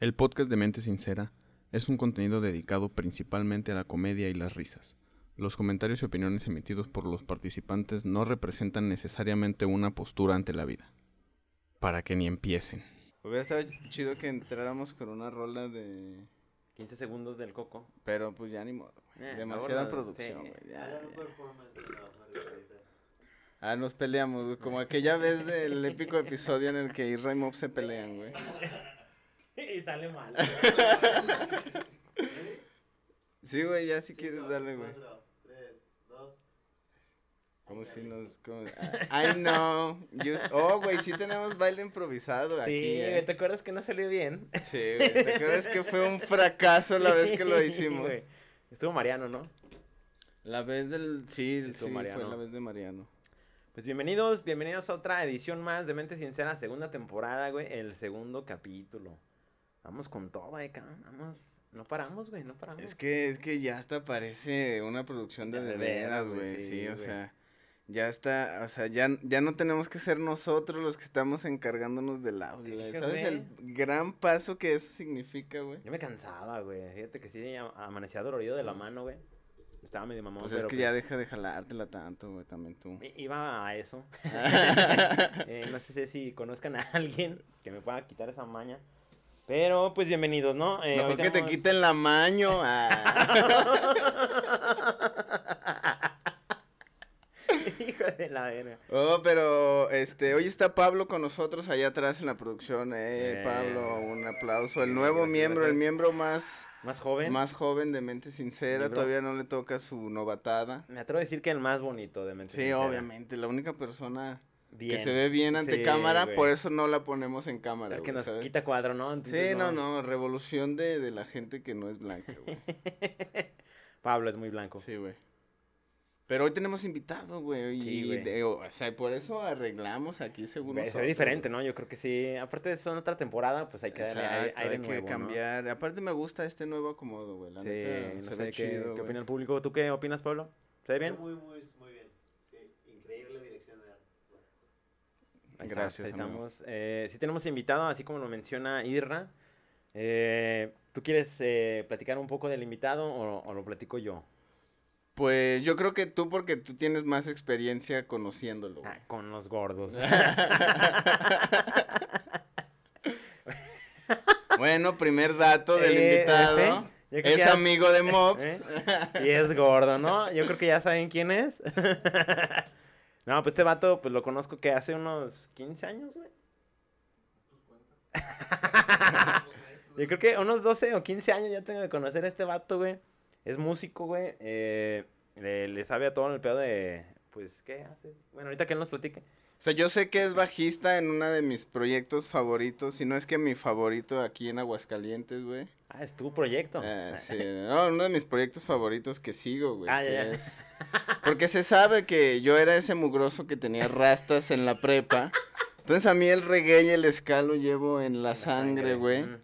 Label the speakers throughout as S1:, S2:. S1: El podcast de Mente Sincera es un contenido dedicado principalmente a la comedia y las risas. Los comentarios y opiniones emitidos por los participantes no representan necesariamente una postura ante la vida. Para que ni empiecen.
S2: Hubiera estado chido que entráramos con una rola de...
S3: 15 segundos del coco.
S2: Pero pues ya ni modo, güey.
S3: Eh,
S2: Demasiada
S3: ahora,
S2: producción,
S3: sí.
S2: güey. Ya, ya. Ah, nos peleamos, güey. Como aquella vez del épico episodio en el que Isra y Mob se pelean, güey.
S4: y sale mal.
S2: Sí, güey, ya si quieres dale, güey. Como si nos... Como... ah, I know. you- Oh, güey, sí tenemos baile improvisado aquí.
S4: Sí,
S2: eh.
S4: güey, ¿te acuerdas que no salió bien?
S2: Sí, güey. ¿Te acuerdas que fue un fracaso la vez que lo
S4: Sí,
S2: hicimos?
S4: güey. Estuvo Mariano, ¿no?
S2: La vez del... Sí,
S4: Estuvo
S2: sí, fue
S4: Mariano.
S2: la vez de Mariano.
S4: Pues bienvenidos, bienvenidos a otra edición más de Mente Sincera, segunda temporada, güey, el segundo capítulo. Vamos con todo, güey, cabrón, vamos. No paramos, güey, no paramos.
S2: Es que, es que ya hasta parece una producción de
S4: Ya
S2: de veras, güey, sí, o
S4: güey.
S2: sea, ya está, o sea, ya, ya no tenemos que ser nosotros los que estamos encargándonos del audio, güey,
S4: Dije,
S2: ¿sabes el gran paso que eso significa, güey?
S4: Yo me cansaba, güey. Fíjate que sí, am- amanecía dolorido de la mano, güey. Estaba medio mamón,
S2: Mm. Pues es
S4: pero
S2: que ya deja de jalártela tanto, güey, también tú.
S4: I- Iba a eso. Eh, no sé si conozcan a alguien que me pueda quitar esa maña. Pero pues bienvenidos, ¿no? Eh,
S2: Mejor
S4: ahorita
S2: que te
S4: vamos-
S2: quiten la maño, ah.
S4: Hijo de la verga.
S2: Oh, pero, este, hoy está Pablo con nosotros allá atrás en la producción, eh,
S4: Eh.
S2: Pablo, un aplauso, el nuevo
S4: Gracias,
S2: miembro, el
S4: gracias.
S2: miembro más...
S4: Más joven.
S2: Más joven de mente sincera,
S4: Libro.
S2: todavía no le toca su novatada.
S4: Me atrevo a decir que el más bonito de mente.
S2: Sí,
S4: sincera.
S2: obviamente, la única persona
S4: Bien.
S2: que se ve bien ante
S4: Sí,
S2: cámara,
S4: güey.
S2: por eso no la ponemos en cámara,
S4: El que
S2: güey,
S4: nos
S2: ¿sabes?
S4: quita cuadro, ¿no? Entonces,
S2: Sí, no, no, revolución de, de la gente que no es blanca, güey.
S4: Pablo es muy blanco.
S2: sí, güey. Pero hoy tenemos invitado, güey, y,
S4: Sí, güey.
S2: de- o sea, por eso arreglamos aquí según
S4: Ve, se ve
S2: nosotros.
S4: diferente, ¿no? Yo creo que sí. Aparte, son otra temporada, pues hay que darle aire,
S2: Exacto,
S4: aire
S2: hay que
S4: nuevo, ¿no?
S2: cambiar. Aparte me gusta este nuevo acomodo, güey. La
S4: Sí,
S2: neta,
S4: no
S2: se
S4: sé
S2: ve
S4: qué,
S2: chido,
S4: qué
S2: güey.
S4: opina el público. ¿Tú qué opinas, Pablo? ¿Se ve bien?
S5: Muy, muy, muy bien. Sí, increíble dirección de arte.
S4: Ahí
S2: Gracias,
S4: ahí
S2: amigo.
S4: estamos. Eh, sí tenemos invitado, así como lo menciona Irra. Eh, ¿Tú quieres eh, platicar un poco del invitado o, o lo platico yo?
S2: Pues yo creo que tú, porque tú tienes más experiencia conociéndolo, güey.
S4: Ah, con los gordos.
S2: Bueno, primer dato del
S4: Eh,
S2: invitado.
S4: ¿sí? Yo creo
S2: Es
S4: que ya-
S2: amigo de Mobs.
S4: Y es gordo, ¿no? Yo creo que ya saben quién es. No, pues este vato, pues lo conozco que hace unos 15 años, güey. Yo creo que unos 12 o 15 años ya tengo de conocer a este vato, güey. Es músico, güey. eh, le, le sabe a todo el pedo de, pues, ¿qué hace? Bueno, ahorita que él nos platique.
S2: O sea, yo sé que es bajista en uno de mis proyectos favoritos, si no es que mi favorito aquí en Aguascalientes, güey.
S4: Ah, es tu proyecto.
S2: Ah, sí, no, uno de mis proyectos favoritos que sigo, güey.
S4: Ah,
S2: que
S4: ya, ya.
S2: es- Porque se sabe que yo era ese mugroso que tenía rastas en la prepa. Entonces a mí el reggae y el ska lo llevo en la,
S4: La
S2: sangre, güey.
S4: Mm,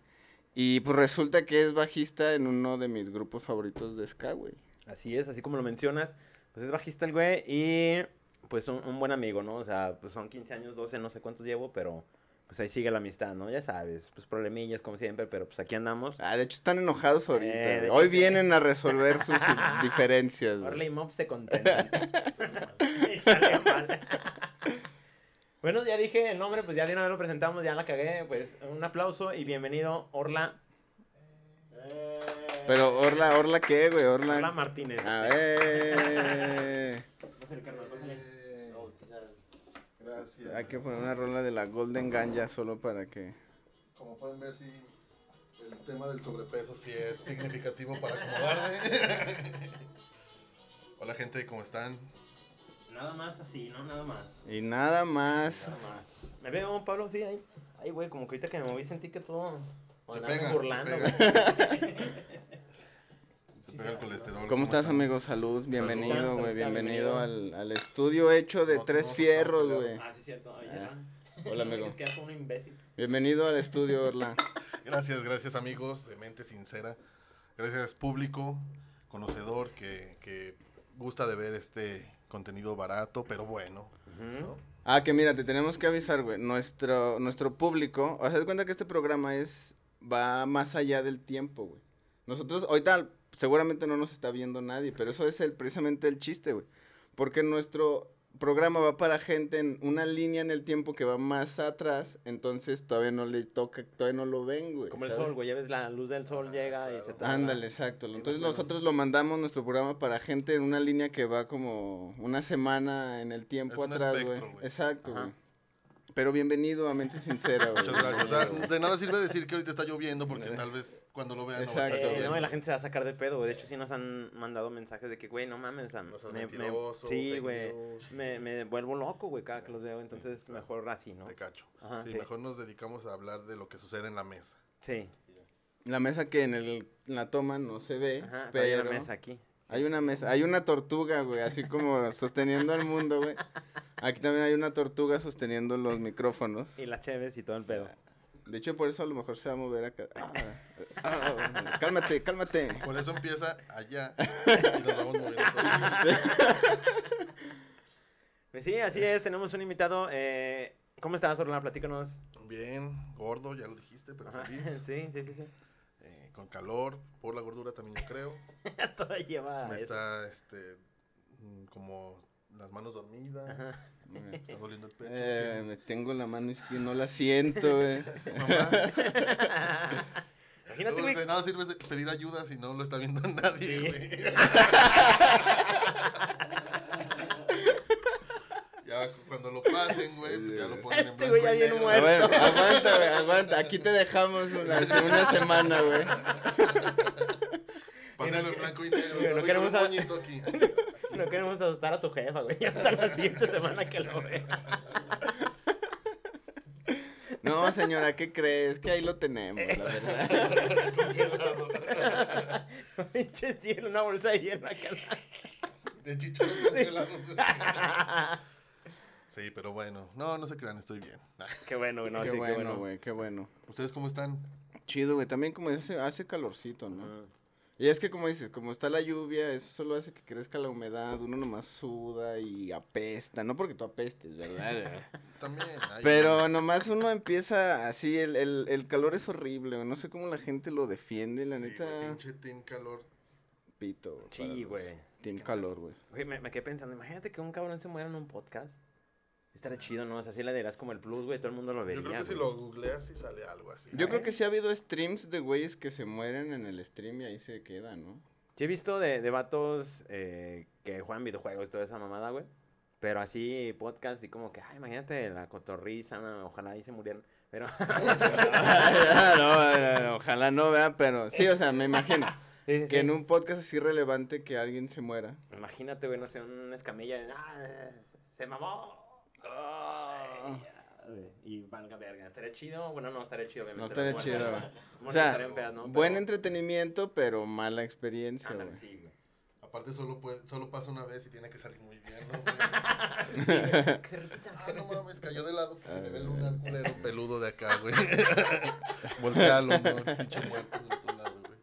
S2: Y pues resulta que es bajista en uno de mis grupos favoritos de ska, güey.
S4: Así es, así como lo mencionas. Pues es bajista el güey y pues un, un buen amigo, ¿no? O sea, pues son 15 años, 12, no sé cuántos llevo, pero pues ahí sigue la amistad, ¿no? Ya sabes, pues problemillas como siempre, pero pues aquí andamos.
S2: Ah, de hecho están enojados ahorita.
S4: Eh, de
S2: güey. Hoy
S4: hecho, sí.
S2: vienen a resolver sus diferencias. güey.
S4: Orle y Mob se contentan. Y sale mal. bueno, ya dije el nombre, pues ya de una vez lo presentamos, ya la cagué. Pues un aplauso y bienvenido, Orla,
S2: Pero Ah. Orla, Orla qué, güey, Orla.
S4: Orla Martínez.
S2: A ver.
S4: Pásale, carnal, pásale.
S5: No, quizás,
S6: Gracias.
S2: Hay que poner una rola de la Golden Ganja solo para que.
S6: Como pueden ver, sí, el tema del sobrepeso sí es significativo para acomodarme. Hola gente, ¿cómo están?
S4: Nada más así, ¿no? Nada más.
S2: Y nada más.
S4: Nada más. Me veo, Pablo, sí, ahí. Ay, güey, como que ahorita que me moví sentí que todo.
S6: Se
S4: andaban
S6: pega,
S4: burlando,
S6: se
S4: güey.
S6: pega. Se pega el colesterol.
S2: ¿Cómo estás,
S6: están?
S2: amigo? Salud, bienvenido,
S4: Salud.
S2: güey, bienvenido al,
S4: Bienvenido.
S2: al estudio hecho de
S6: No,
S2: tres
S6: no, no,
S2: fierros,
S6: no, no.
S2: güey.
S4: Ah, sí, cierto. Ay,
S2: Ah.
S4: ya.
S2: Hola,
S4: No,
S2: amigo.
S4: Es que ya fue un imbécil.
S2: Bienvenido al estudio, Orla.
S6: Gracias, gracias amigos de Mente Sincera. Gracias público, conocedor, que, que gusta de ver este contenido barato, pero bueno. ¿no?
S2: Ah, que mira, te tenemos que avisar, güey. Nuestro, nuestro público, o sea, haz de cuenta que este programa es va más allá del tiempo, güey. Nosotros, ahorita seguramente no nos está viendo nadie, pero eso es el, precisamente el chiste, güey. Porque nuestro programa va para gente en una línea en el tiempo que va más atrás, entonces todavía no le toca, todavía no lo ven, güey.
S4: Como el
S2: ¿sabes?
S4: sol, güey, ya ves la luz del sol llega y se tarda.
S2: Ándale, exacto.
S4: más
S2: Entonces
S4: o menos.
S2: nosotros lo mandamos nuestro programa para gente en una línea que va como una semana en el tiempo
S6: Es un
S2: atrás, güey.
S6: espectro, güey.
S2: Exacto,
S4: Ajá.
S2: güey. Pero bienvenido a Mente Sincera, güey.
S6: Muchas gracias. O sea,
S2: Bienvenido,
S6: de nada sirve decir que ahorita está lloviendo porque tal vez cuando lo vean no va a estar
S2: Exacto.
S4: Eh, no, y la
S6: lloviendo.
S4: gente se va a sacar de pedo. güey. De hecho, sí nos han mandado mensajes de que, güey, no mames. la-
S6: No seas
S4: me- me-
S6: mentiroso,
S4: sí,
S6: fake
S4: güey.
S6: news.
S4: Me, me vuelvo loco, güey, cada que los veo. Entonces,
S6: claro.
S4: mejor así, ¿no?
S6: Te cacho.
S4: Ajá,
S6: sí,
S4: sí.
S6: mejor nos dedicamos a hablar de lo que sucede en la mesa.
S4: Sí.
S2: güey. La mesa que en, el, en la toma no se ve,
S4: Ajá, pero hay
S2: pero
S4: una mesa aquí.
S2: hay una mesa, hay una tortuga, güey, así como sosteniendo al mundo, güey. Aquí también hay una tortuga sosteniendo los micrófonos.
S4: Y las cheves y todo el pedo.
S2: De hecho, por eso a lo mejor se va a mover acá. Ah, ah, cálmate, cálmate.
S6: Por eso empieza allá y nos vamos moviendo todos.
S4: Pues sí, así es. Tenemos un invitado. eh, ¿Cómo estás, Orlando? Platícanos.
S6: Bien, gordo, ya lo dijiste, pero
S4: Ajá,
S6: feliz.
S4: Sí, sí, sí, sí.
S6: Eh, con calor, por la gordura también yo creo.
S4: Todo lleva a
S6: Me
S4: Ah, eso.
S6: está, este, mm, como las manos dormidas.
S4: Ajá.
S2: Muy bien.
S6: Me está doliendo el pecho.
S2: Eh,
S6: ¿qué?
S2: me tengo la mano izquierda, no la siento, güey.
S6: Mamá,
S4: Imagínate,
S6: luego
S4: güey.
S6: de nada sirve de- pedir ayuda si no lo está viendo nadie,
S4: Sí.
S6: güey. ya cu- cuando lo pasen, güey, pues ya lo ponen en
S4: Este
S6: blanco
S4: güey
S6: y
S4: ya bien
S6: negro.
S2: A
S4: muerto.
S2: ver, aguanta, güey, aguanta. Aquí te dejamos una, una semana, güey.
S6: Pásenlo en blanco y negro.
S4: Güey, no
S6: ¿no? Con
S4: queremos
S6: un
S4: a-
S6: moñito aquí.
S4: No queremos asustar a tu jefa, güey. Hasta la siguiente semana que lo vea.
S2: No, señora, ¿qué crees? Que ahí lo tenemos, la verdad.
S6: Congelado.
S4: Pinche cielo, una bolsa de hielo acá.
S6: De chicharros congelados, güey. Sí, pero bueno. No, no se crean, estoy bien. Ah,
S4: Qué bueno, güey. No,
S2: qué
S4: sí, qué
S2: bueno,
S4: bueno.
S2: güey, qué bueno.
S6: ¿Ustedes cómo están?
S2: Chido, güey. También como hace, hace calorcito, ¿no?
S4: Ujú.
S2: Y es que como dices, como está la lluvia, eso solo hace que crezca la humedad, uno nomás suda y apesta, no porque tú apestes, ¿verdad?
S6: También. ay,
S2: Pero nomás uno empieza así, el, el, el calor es horrible, güey, no sé cómo la gente lo defiende, la
S6: Sí,
S2: neta.
S6: güey, pinche team calor.
S2: Pito. güey, para
S4: Sí,
S2: los-
S4: güey.
S2: Tiene calor, güey.
S4: Güey, me, me quedé pensando, imagínate que un cabrón se muera en un podcast. Estaría chido, ¿no? O sea, así le dirás como el plus, güey, todo el mundo lo vería.
S6: Yo creo que si
S4: güey.
S6: lo googleas sí sale algo así.
S2: Yo creo que sí ha habido streams de güeyes que se mueren en el stream y ahí se queda, ¿no?
S4: Sí he visto de, de vatos eh, que juegan videojuegos y toda esa mamada, güey. Pero así, podcast y como que, ay, imagínate la cotorriza, no, ojalá ahí se murieran. Pero,
S2: no, no, no, ojalá no, ¿verdad? Pero sí, o sea, me imagino
S4: Sí, sí,
S2: que en
S4: sí.
S2: un podcast así relevante que alguien se muera.
S4: imagínate, güey, no sé, una escamilla. de, "Ah, se mamó.
S2: Ah.
S4: Ay, ya, güey, Y valga verga, ¿estaría chido? Bueno, no, estaría chido,
S2: No
S4: obviamente.
S2: estaría
S4: muertos,
S2: chido,
S4: güey.
S2: güey.
S4: Muertos
S2: O sea,
S4: estarían feas, ¿no? Pero-
S2: buen entretenimiento, pero mala experiencia,
S4: Ándale,
S2: güey.
S4: sí, güey.
S6: Aparte solo, puede- solo pasa una vez y tiene que salir muy bien, ¿no?
S4: Que se repita.
S6: Ah, no mames, cayó de lado, pues se le ve el lunar culero peludo de acá, güey. Voltealo, ¿no? Pinche muerto del otro lado, güey.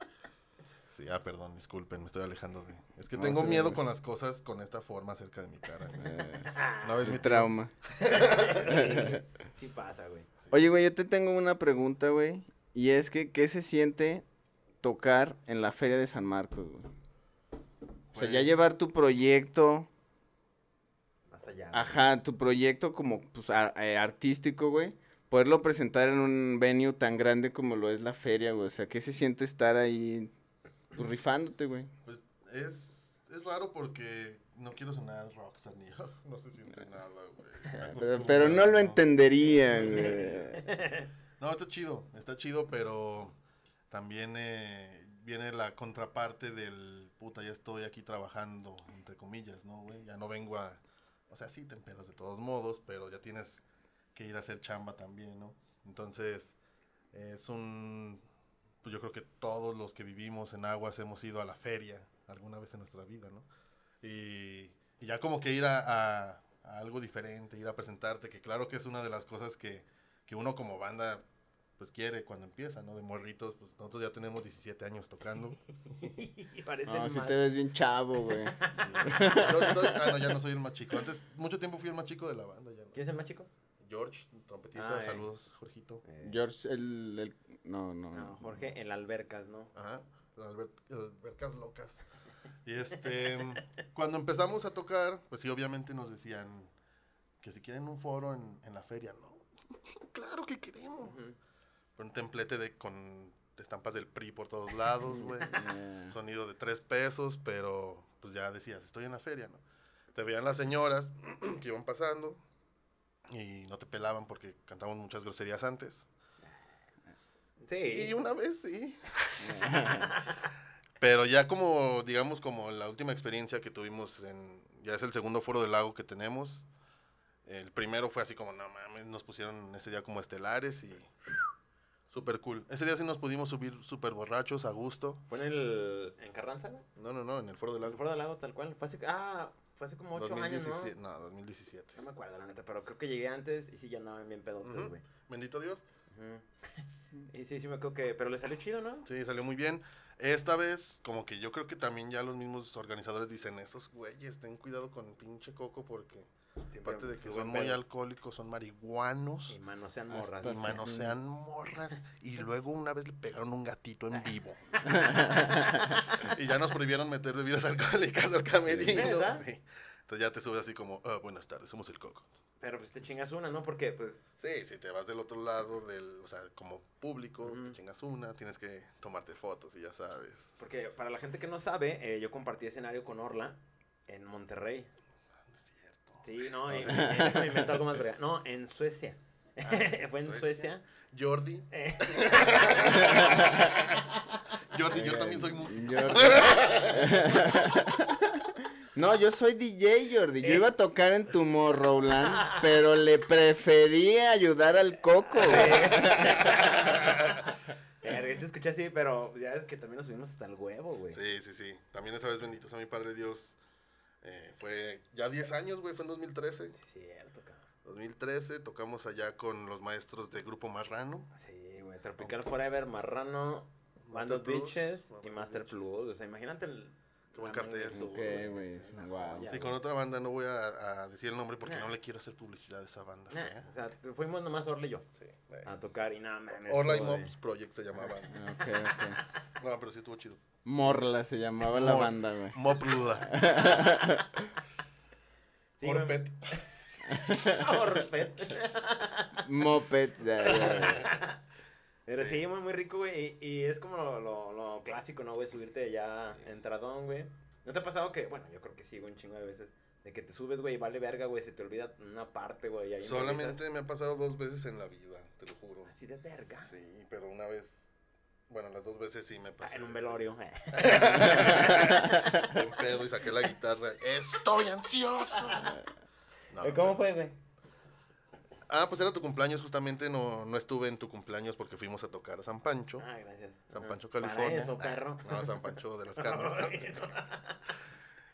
S6: Sí, ah, perdón, disculpen, me estoy alejando de... Es que
S2: No,
S6: tengo
S2: sí,
S6: miedo
S2: güey.
S6: con las cosas con esta forma cerca de mi cara, güey.
S2: Eh,
S6: Una vez
S2: el
S6: mi
S2: trauma.
S4: Sí pasa, güey.
S2: Oye, güey, yo te tengo una pregunta, güey. Y es que, ¿qué se siente tocar en la Feria de San Marcos, güey? O sea, ya
S6: Pues-
S2: llevar tu proyecto,
S4: Más allá. güey.
S2: ajá, tu proyecto como pues, ar- eh, artístico, güey, poderlo presentar en un venue tan grande como lo es la feria, güey. O sea, ¿qué se siente estar ahí pues, rifándote, güey?
S6: Pues es, es raro porque no quiero sonar rockstar ni... No se siente nada, güey.
S4: Pues,
S2: Pero, pero no lo
S6: Acostumbrado.
S2: entendería, güey.
S6: No, está chido, está chido, pero también eh, viene la contraparte del puta, ya estoy aquí trabajando, entre comillas, ¿no, güey? Ya no vengo a. O sea, sí te empedas de todos modos, pero ya tienes que ir a hacer chamba también, ¿no? Entonces, es un. Pues yo creo que todos los que vivimos en Aguas hemos ido a la feria alguna vez en nuestra vida, ¿no? Y, y ya como que ir a, a- a algo diferente, ir a presentarte, que claro que es una de las cosas que, que uno como banda pues quiere cuando empieza, ¿no? De morritos, pues nosotros ya tenemos 17 años tocando.
S4: Y parecen
S2: No, si
S4: más.
S2: te ves bien chavo, güey.
S6: Sí. Soy- soy- ah, no, ya no soy el más chico. Antes, mucho tiempo fui el más chico de la banda, ya no.
S4: ¿Quién es el más chico?
S6: George, trompetista,
S4: Ah, eh.
S6: saludos, Jorgito.
S2: George, el, el- No, no.
S4: No, Jorge, en albercas, ¿no?
S6: Ajá, las alber- albercas locas. Y este, cuando empezamos a tocar, pues sí, obviamente nos decían que si quieren un foro en, en la feria, no. claro que queremos.
S4: Ujú.
S6: Pero un templete de, con estampas del PRI por todos lados, güey.
S2: Eh,
S6: Sonido de tres pesos, pero pues ya decías, estoy en la feria, ¿no? Te veían las señoras que iban pasando y no te pelaban porque cantaban muchas groserías antes.
S4: Sí.
S6: Y una vez sí. Pero ya como, digamos, como la última experiencia que tuvimos en, ya es el segundo foro del lago que tenemos. El primero fue así como, no mames, nos pusieron ese día como estelares y super cool. Ese día sí nos pudimos subir super borrachos, a gusto.
S4: ¿Fue en el. en Carranza, güey?
S6: No, no, no, en el foro del
S4: El
S6: lago.
S4: Foro del Lago, tal cual. Fue hace, ah, fue hace como ocho años,
S6: 2017,
S4: ¿no?
S6: no, 2017.
S4: No me acuerdo, la neta, pero creo que llegué antes y sí ya andaban bien pedotes,
S6: Ujú.
S4: güey.
S6: Bendito Dios.
S4: Ujú. Y sí, sí me acuerdo que. Pero le salió chido, ¿no?
S6: Sí, salió muy bien. Esta vez, como que yo creo que también ya los mismos organizadores dicen, esos güeyes, ten cuidado con el pinche coco porque... Aparte de que
S4: Suben
S6: son muy
S4: pues pedos.
S6: alcohólicos, son marihuanos.
S4: Y manosean
S2: Hasta
S4: morras.
S6: Y manosean morras. Y luego una vez le pegaron un gatito
S4: Ah.
S6: en vivo. y ya nos prohibieron meter bebidas alcohólicas al camerino.
S4: ¿Verdad?
S6: sí. Entonces ya te subes así como, "Ah, buenas tardes, somos el coco.
S4: Pero pues te chingas una, ¿no? Porque pues.
S6: Sí, si te vas del otro lado, del, o sea, como público,
S4: Ujú.
S6: te chingas una, tienes que tomarte fotos y ya sabes.
S4: Porque para la gente que no sabe, eh, yo compartí escenario con Orla en Monterrey.
S6: No es cierto.
S4: Sí, no,
S6: No,
S4: en-
S6: Ah, sí.
S4: en- me invento algo más breve. No, en Suecia.
S6: Ah,
S4: Fue en Suecia.
S6: Suecia. Jordi.
S4: Eh,
S6: Jordi, yo
S2: oigan,
S6: también soy músico.
S2: yo- No, yo soy DJ Jordi. Yo
S4: Eh.
S2: iba a tocar en Tomorrowland, pero le prefería ayudar al coco. güey.
S4: eh, se escuché así, pero ya es que también nos subimos hasta el huevo, güey.
S6: Sí, sí, sí. También esa vez, bendito sea mi Padre Dios. eh, fue ya 10 años, güey, fue en 2013.
S4: Sí, cierto, cabrón.
S6: 2013 tocamos allá con los maestros de Grupo Marrano.
S4: Sí, güey. Tropical Forever, Marrano, Band of
S6: Master Plus,
S4: Bitches y
S6: Master
S4: Master
S6: Plus.
S4: Plus. O sea, imagínate el.
S6: Qué buen
S4: la manga
S6: cartel
S4: que
S6: tuvo,
S4: tuvo,
S2: güey,
S4: es
S2: sí,
S4: una
S2: guau.
S4: joya,
S6: Sí,
S4: güey.
S6: con otra banda no voy a, a decir el nombre porque
S4: Nah.
S6: no le quiero hacer publicidad a esa banda. ¿eh?
S4: Nah,
S6: fea.
S4: o sea, fuimos nomás Orla y yo
S6: Sí, eh.
S4: a tocar y nada, man.
S6: Orla y
S4: estuvo de-
S6: Mobs Project se llamaba.
S2: Ok, ok.
S6: No, pero sí estuvo chido.
S2: Morla se llamaba la
S6: Mor-
S2: banda, güey.
S6: Moplula.
S4: Sí, güey.
S6: Orpet.
S4: Orpet.
S2: Moped. ya, ya, ya.
S4: Pero sí,
S6: Sí.
S4: muy, muy rico, güey. Y, y es como lo, lo- lo clásico, ¿no, güey? Subirte ya entradón, güey. ¿No te ha pasado que, bueno, yo creo que sí, güey, un chingo de veces, de que te subes, güey, y vale verga, güey, se te olvida una parte, güey, y ahí improvisas.
S6: Solamente me ha pasado dos veces en la vida, te lo juro.
S4: Así de verga.
S6: Sí, pero una vez. Bueno, las dos veces sí me
S4: Ah,
S6: pasé.
S4: en un
S6: de-
S4: velorio.
S6: Buen pedo y saqué la guitarra. Estoy ansioso. No,
S4: ¿Cómo
S6: pero-
S4: fue, güey?
S6: Ah, pues era tu cumpleaños, justamente no, no estuve en tu cumpleaños porque fuimos a tocar a San Pancho.
S4: Ah, gracias.
S6: San
S4: Ah,
S6: Pancho,
S4: para
S6: California.
S4: eso,
S6: Ah,
S4: perro.
S6: no, San Pancho de las Carnes.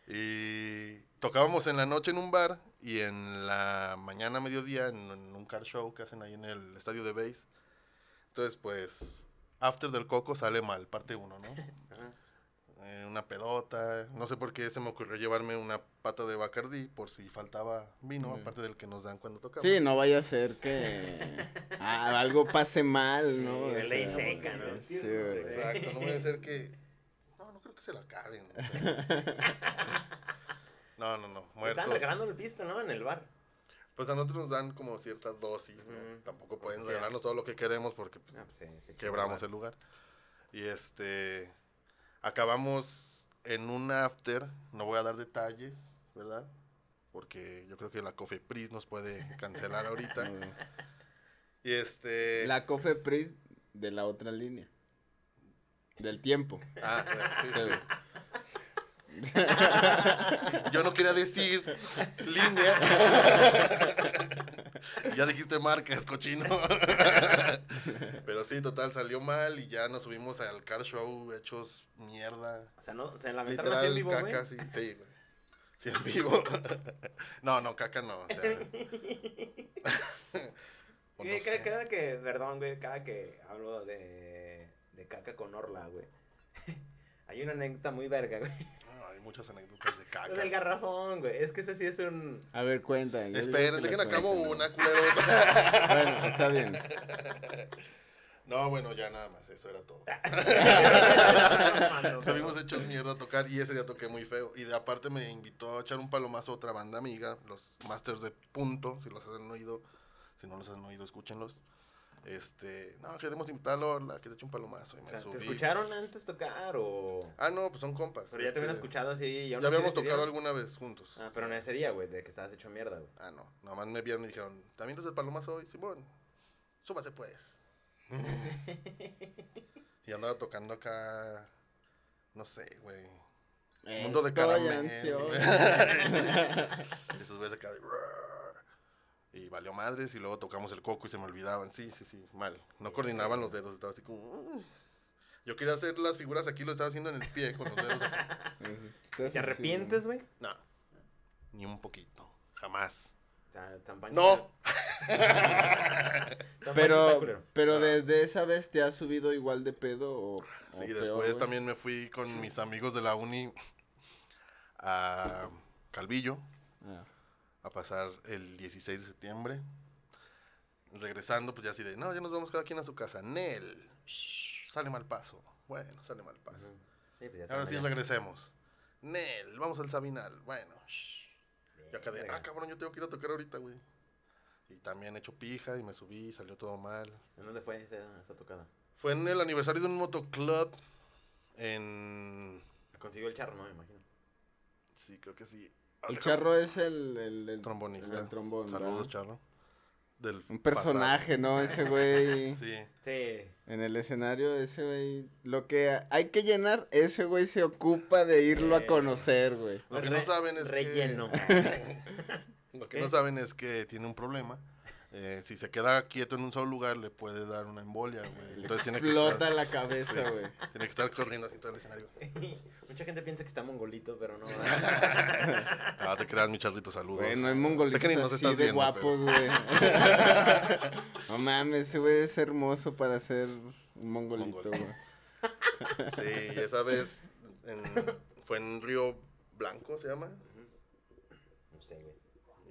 S6: y tocábamos en la noche en un bar y en la mañana, mediodía, en, en un car show que hacen ahí en el estadio de base. Entonces, pues, After del Coco sale mal, parte uno, ¿no?
S4: Ajá.
S6: eh, una pedota. No sé por qué se me ocurrió llevarme una pata de Bacardí por si faltaba vino,
S2: Ujú.
S6: aparte del que nos dan cuando tocamos.
S2: Sí, no vaya a ser que ah, algo pase mal, ¿no?
S4: Sí,
S2: O
S4: ley
S2: sea,
S4: seca, ¿no?
S2: Sí, güey.
S6: Exacto, no voy a decir que. No, no creo que se la acaben. o sea. No, no, no,
S4: Están
S6: muertos.
S4: regalando el pisto, ¿no? En el bar.
S6: Pues a nosotros nos dan como cierta dosis, ¿no?
S4: Ujú.
S6: Tampoco
S4: Porque
S6: pueden
S4: sea.
S6: regalarnos todo lo que queremos porque pues,
S4: Ah, pues, sí, sí,
S6: quebramos el lugar. Y este. Acabamos en un after. No voy a dar detalles, ¿verdad? Porque yo creo que la Cofepris nos puede cancelar ahorita. Y este.
S2: Eh, La Cofepris de la otra línea. Del tiempo.
S6: Ah, sí,
S2: Sí.
S6: sí. Yo no quería decir línea. ya dijiste marcas, cochino. Pero sí, total, salió mal y ya nos subimos al car show hechos mierda.
S4: O sea, no, se lamentaron así en
S6: Literal,
S4: vivo, güey.
S6: caca, sí, sí, güey. Sí, en vivo. no, no, caca no. o sea. O Pues no
S4: Eh, cada,
S6: sé.
S4: cada que, perdón, güey, cada que hablo de, de caca con Orla, güey. Hay una anécdota muy verga, güey.
S6: No, hay muchas anécdotas de Ah, caca.
S4: Del garrafón, güey. Es que ese sí es un.
S2: A ver, cuenta. yo digo
S6: Esperen,
S2: que
S6: dejen
S2: la
S6: acabo
S2: cuenten.
S6: una, culeros.
S2: Bueno, está bien.
S6: No, bueno, ya nada más, eso era todo.
S7: Mano,
S6: Nos habíamos hecho mierda a tocar y ese día toqué muy feo. Y de aparte me invitó a echar un palomazo a otra banda amiga, los Masters de Punto, si los han oído. Si no los han oído, escúchenlos. Este, no, queremos invitarlo a la que se eche un palomazo. Y me
S4: O sea,
S6: subí.
S4: ¿Te escucharon antes tocar o...?
S6: Ah, no, pues son compas.
S4: Pero ya te habían
S6: este,
S4: escuchado así. y aún
S6: Ya
S4: así
S6: habíamos
S4: decidieron.
S6: tocado alguna vez juntos.
S4: Ah, pero no ese día, güey, de que estabas hecho mierda, güey.
S6: Ah, no. Nomás me vieron y dijeron, ¿también el palomazo hoy? Simón, súbase pues. y andaba tocando acá, no sé, güey. Mundo de
S2: Estoy
S6: caramelo.
S2: ansioso.
S6: Y esos güeyes acá de... "Ruar". Y valió madres y luego tocamos el coco y se me olvidaban. Sí, sí, sí, mal. No coordinaban los dedos, estaba así como... "Mm". Yo quería hacer las figuras aquí, lo estaba haciendo en el pie con los dedos acá.
S4: ¿Te arrepientes, güey?
S6: No, ni un poquito, jamás.
S4: O sea, tan pancho-
S6: No.
S4: tan pancho está
S2: Pero,
S4: culero.
S2: pero
S6: Ah.
S2: desde esa vez te has subido igual de pedo o, o
S6: Sí,
S2: peor,
S6: después
S2: güey?
S6: también me fui con mis amigos de la uni a Calvillo
S2: Ah.
S6: a pasar el 16 de septiembre. Regresando, pues ya así de, no, ya nos vamos cada quien a su casa. Nel, shh, sale mal paso. Bueno, sale mal paso.
S4: Ujú. Sí, pues ya
S6: Ah, Ahora
S4: se
S6: sí
S4: mañana.
S6: regresemos. Nel, vamos al Sabinal. Bueno, shh. Yo acá de,
S4: Verga.
S6: ah, cabrón, yo tengo que ir a tocar ahorita, güey. Y también hecho pija y me subí, salió todo mal.
S4: ¿En dónde fue esa, esa tocada?
S6: Fue en el aniversario de un motoclub en...
S4: Consiguió el charro, ¿no? Me imagino.
S6: Sí, creo que sí. Ah,
S2: El
S6: Déjame-
S2: charro es el, el, el-
S6: Trombonista.
S2: el trombón,
S6: Saludos,
S2: ¿verdad?
S6: charro. Del
S2: Un personaje, ¿no? Ese güey.
S6: pasado. Sí.
S4: Sí.
S2: En el escenario, ese güey. Lo que hay que llenar, ese güey se ocupa de irlo a
S4: Eh.
S2: conocer, güey.
S6: Lo que
S4: Re-
S6: no saben es
S4: Relleno. Eh.
S6: que... Lo que no saben es que tiene un problema. Eh, si se queda quieto en un solo lugar, le puede dar una embolia, güey. Entonces tiene que,
S2: Explota
S6: estar,
S2: la cabeza,
S6: Sí.
S2: güey.
S6: tiene que estar corriendo así en todo el escenario.
S4: Mucha gente piensa que está mongolito, pero no.
S6: Ah, te creas, mi charrito, saludos.
S2: Güey, no hay
S6: Pues, Sé que ni
S2: mongolitos
S6: nos
S2: así de
S6: estás viendo,
S2: guapos, güey. no mames, ese güey es hermoso para ser un mongolito,
S6: Mongol.
S2: güey.
S6: Sí, y esa vez en- fue en Río Blanco, se llama.
S4: No sé, güey.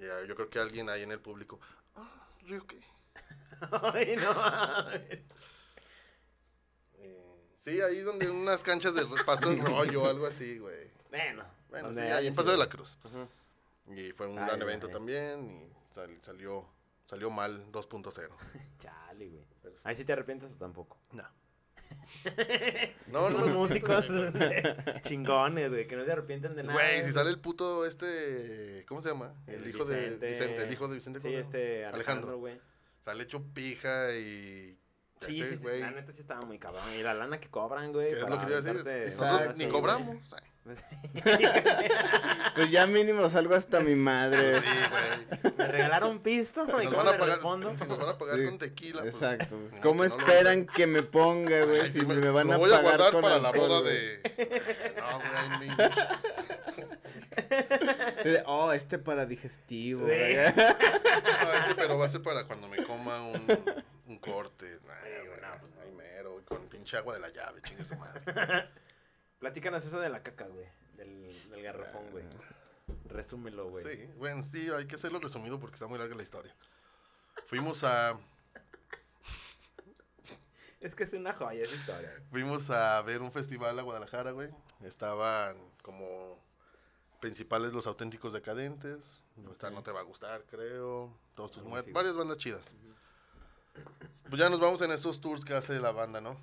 S6: Ya, yo creo que alguien ahí en el público. Ah, ¿Río qué?
S4: Ay, no mames.
S6: Eh, sí, ahí donde unas canchas de pasto en rollo o algo así, güey.
S4: Bueno.
S6: Bueno, sí,
S4: donde
S6: ahí
S4: haya
S6: en Paso de
S4: sido.
S6: la Cruz.
S4: Ujú.
S6: Y fue un
S4: Ah,
S6: gran
S4: ya,
S6: evento
S4: ya.
S6: también y sal- salió, salió mal 2.0.
S4: Chale, güey.
S6: Pero sí.
S4: Ahí sí te arrepientes o tampoco.
S6: No. No,
S4: Unos
S6: no,
S4: músicos chingones, güey, que no se arrepienten de nada.
S6: Güey, si sale el puto este, ¿cómo se llama? El,
S4: El
S6: hijo
S4: Vicente.
S6: de Vicente, el hijo de Vicente. ¿cómo
S4: Sí,
S6: se llama?
S4: este Alejandro,
S6: Alejandro.
S4: güey.
S6: Sale hecho pija y...
S4: Sí, sí,
S6: ese
S4: sí,
S6: güey,
S4: la neta sí estaba muy cabrón. Y la lana que cobran, güey.
S6: que es lo
S4: para
S6: que te iba a decir.
S4: aventarte
S2: Exacto,
S6: Nosotros
S4: mamadas,
S6: ni
S4: güey.
S6: cobramos. eh. Ay,
S2: Pues ya mínimo salgo hasta mi madre.
S6: Sí, güey.
S4: Me regalaron pisto
S6: Si
S4: y
S6: nos
S4: cómo
S6: van a
S4: le
S6: pagar,
S4: respondo.
S6: si nos van a pagar
S2: Sí,
S6: con tequila. pues,
S2: Exacto. pues,
S6: no,
S2: ¿Cómo
S6: que no lo
S2: esperan que me ponga, güey,
S6: Ay,
S2: si
S6: sí
S2: me, van
S6: lo
S2: a
S6: voy
S2: pagar
S6: guardar
S2: con
S6: para
S2: alcohol,
S6: la boda
S2: güey?
S6: de. No, güey, ay, mi-
S2: Eh, Oh, este para digestivo.
S4: Güey.
S2: güey.
S6: no, este, pero va a ser para cuando me coma un, un corte. Ay, güey, ay, mero, con pinche agua de la llave, chingue su madre.
S4: Platícanos eso de la caca, güey. Del, del garrafón, güey. Resúmelo, güey.
S6: Ah, Sí, bueno, sí, hay que hacerlo resumido porque está muy larga la historia. Fuimos a,
S4: Es que es una joya esa historia.
S6: fuimos a ver un festival a Guadalajara, güey. Estaban como principales los auténticos decadentes. Esta no te va a gustar, creo. Todos tus
S4: Algo
S6: muertos.
S4: así, güey.
S6: Varias bandas chidas. Pues ya nos vamos en estos tours que hace la banda, ¿no?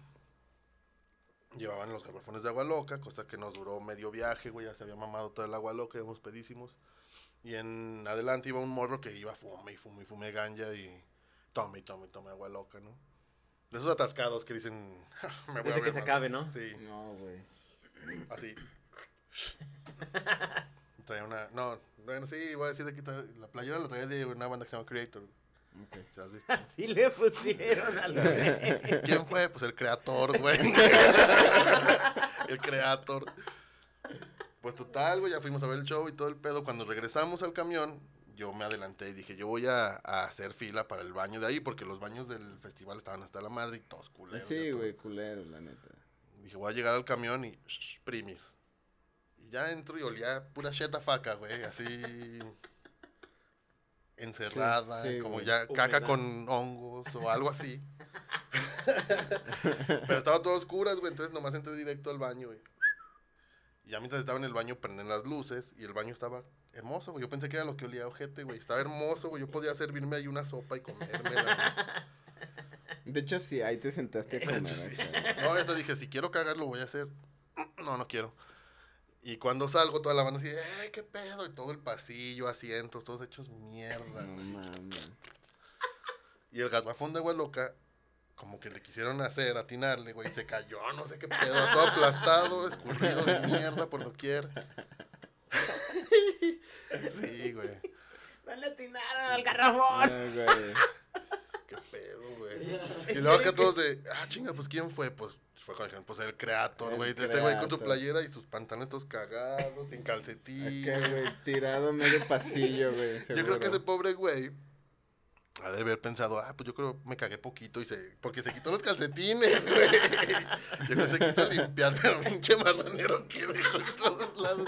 S6: Llevaban los garrafones de agua loca, cosa que nos duró medio viaje, güey. Ya se había mamado todo el agua loca, íbamos pedísimos. Y en adelante iba un morro que iba fume y fume y fume ganja y tome y tome y tome agua loca, ¿no? De esos atascados que dicen, "Ah, me voy a
S4: Desde que
S6: ver
S4: se
S6: más".
S4: acabe, ¿no? Mm.
S6: Sí.
S2: No, güey.
S6: Así. Traía una. No, bueno, sí, voy a decir de que traía- la playera la traía de una banda que se llama Creator. ¿Se has visto?
S4: Sí le pusieron al güey.
S6: ¿Quién fue? Pues el creador, güey. el creator. Pues total, güey, ya fuimos a ver el show y todo el pedo. Cuando regresamos al camión, yo me adelanté y dije, yo voy a, a hacer fila para el baño de ahí, porque los baños del festival estaban hasta la madre y todos culeros. ya
S2: Sí,
S6: todo.
S2: güey, culero, la neta.
S6: Dije, voy a llegar al camión y "Shh, primis. Y ya entro y olía pura cheta faca, güey, así encerrada,
S2: Sí, sí,
S6: como
S2: güey.
S6: ya caca
S4: Humedad.
S6: con hongos o algo así. Pero estaba todo a oscuras, güey, entonces nomás entré directo al baño, güey. Y ya mientras estaba en el baño prenden las luces y el baño estaba hermoso, güey. Yo pensé que era lo que olía a ojete, güey. Estaba hermoso, güey. Yo podía servirme ahí una sopa y comérmela,
S2: De hecho, sí, ahí te sentaste a
S6: güey.
S2: comer.
S6: Yo sí.
S2: acá.
S6: No, hasta dije, si quiero cagar, lo voy a hacer. No, no quiero. Y cuando salgo, toda la banda así, ¡eh, qué pedo! Y todo el pasillo, asientos, todos hechos mierda.
S2: No
S6: güey.
S2: mames.
S6: Y el garrafón de agua loca, como que le quisieron hacer, atinarle, güey, y se cayó, no sé qué pedo, todo aplastado, escurrido de mierda por doquier. Sí, güey,
S4: ¡No le atinaron al garrafón!
S2: Ah, güey.
S6: qué pedo, güey. Y luego acá todos de, ah, chinga, pues ¿quién fue? Pues fue cuando dijeron, pues el creator,
S2: El
S6: güey. Este güey con
S2: Creator.
S6: su playera y sus pantalones todos cagados, sin calcetín.
S2: Acá, güey, tirado a medio pasillo, güey.
S6: Yo creo que ese
S2: seguro.
S6: pobre güey ha de haber pensado, ah, pues yo creo me cagué poquito y se. Porque se quitó los calcetines, güey. Yo creo que se quiso limpiar, pero pinche marranero que dejó en todos lados.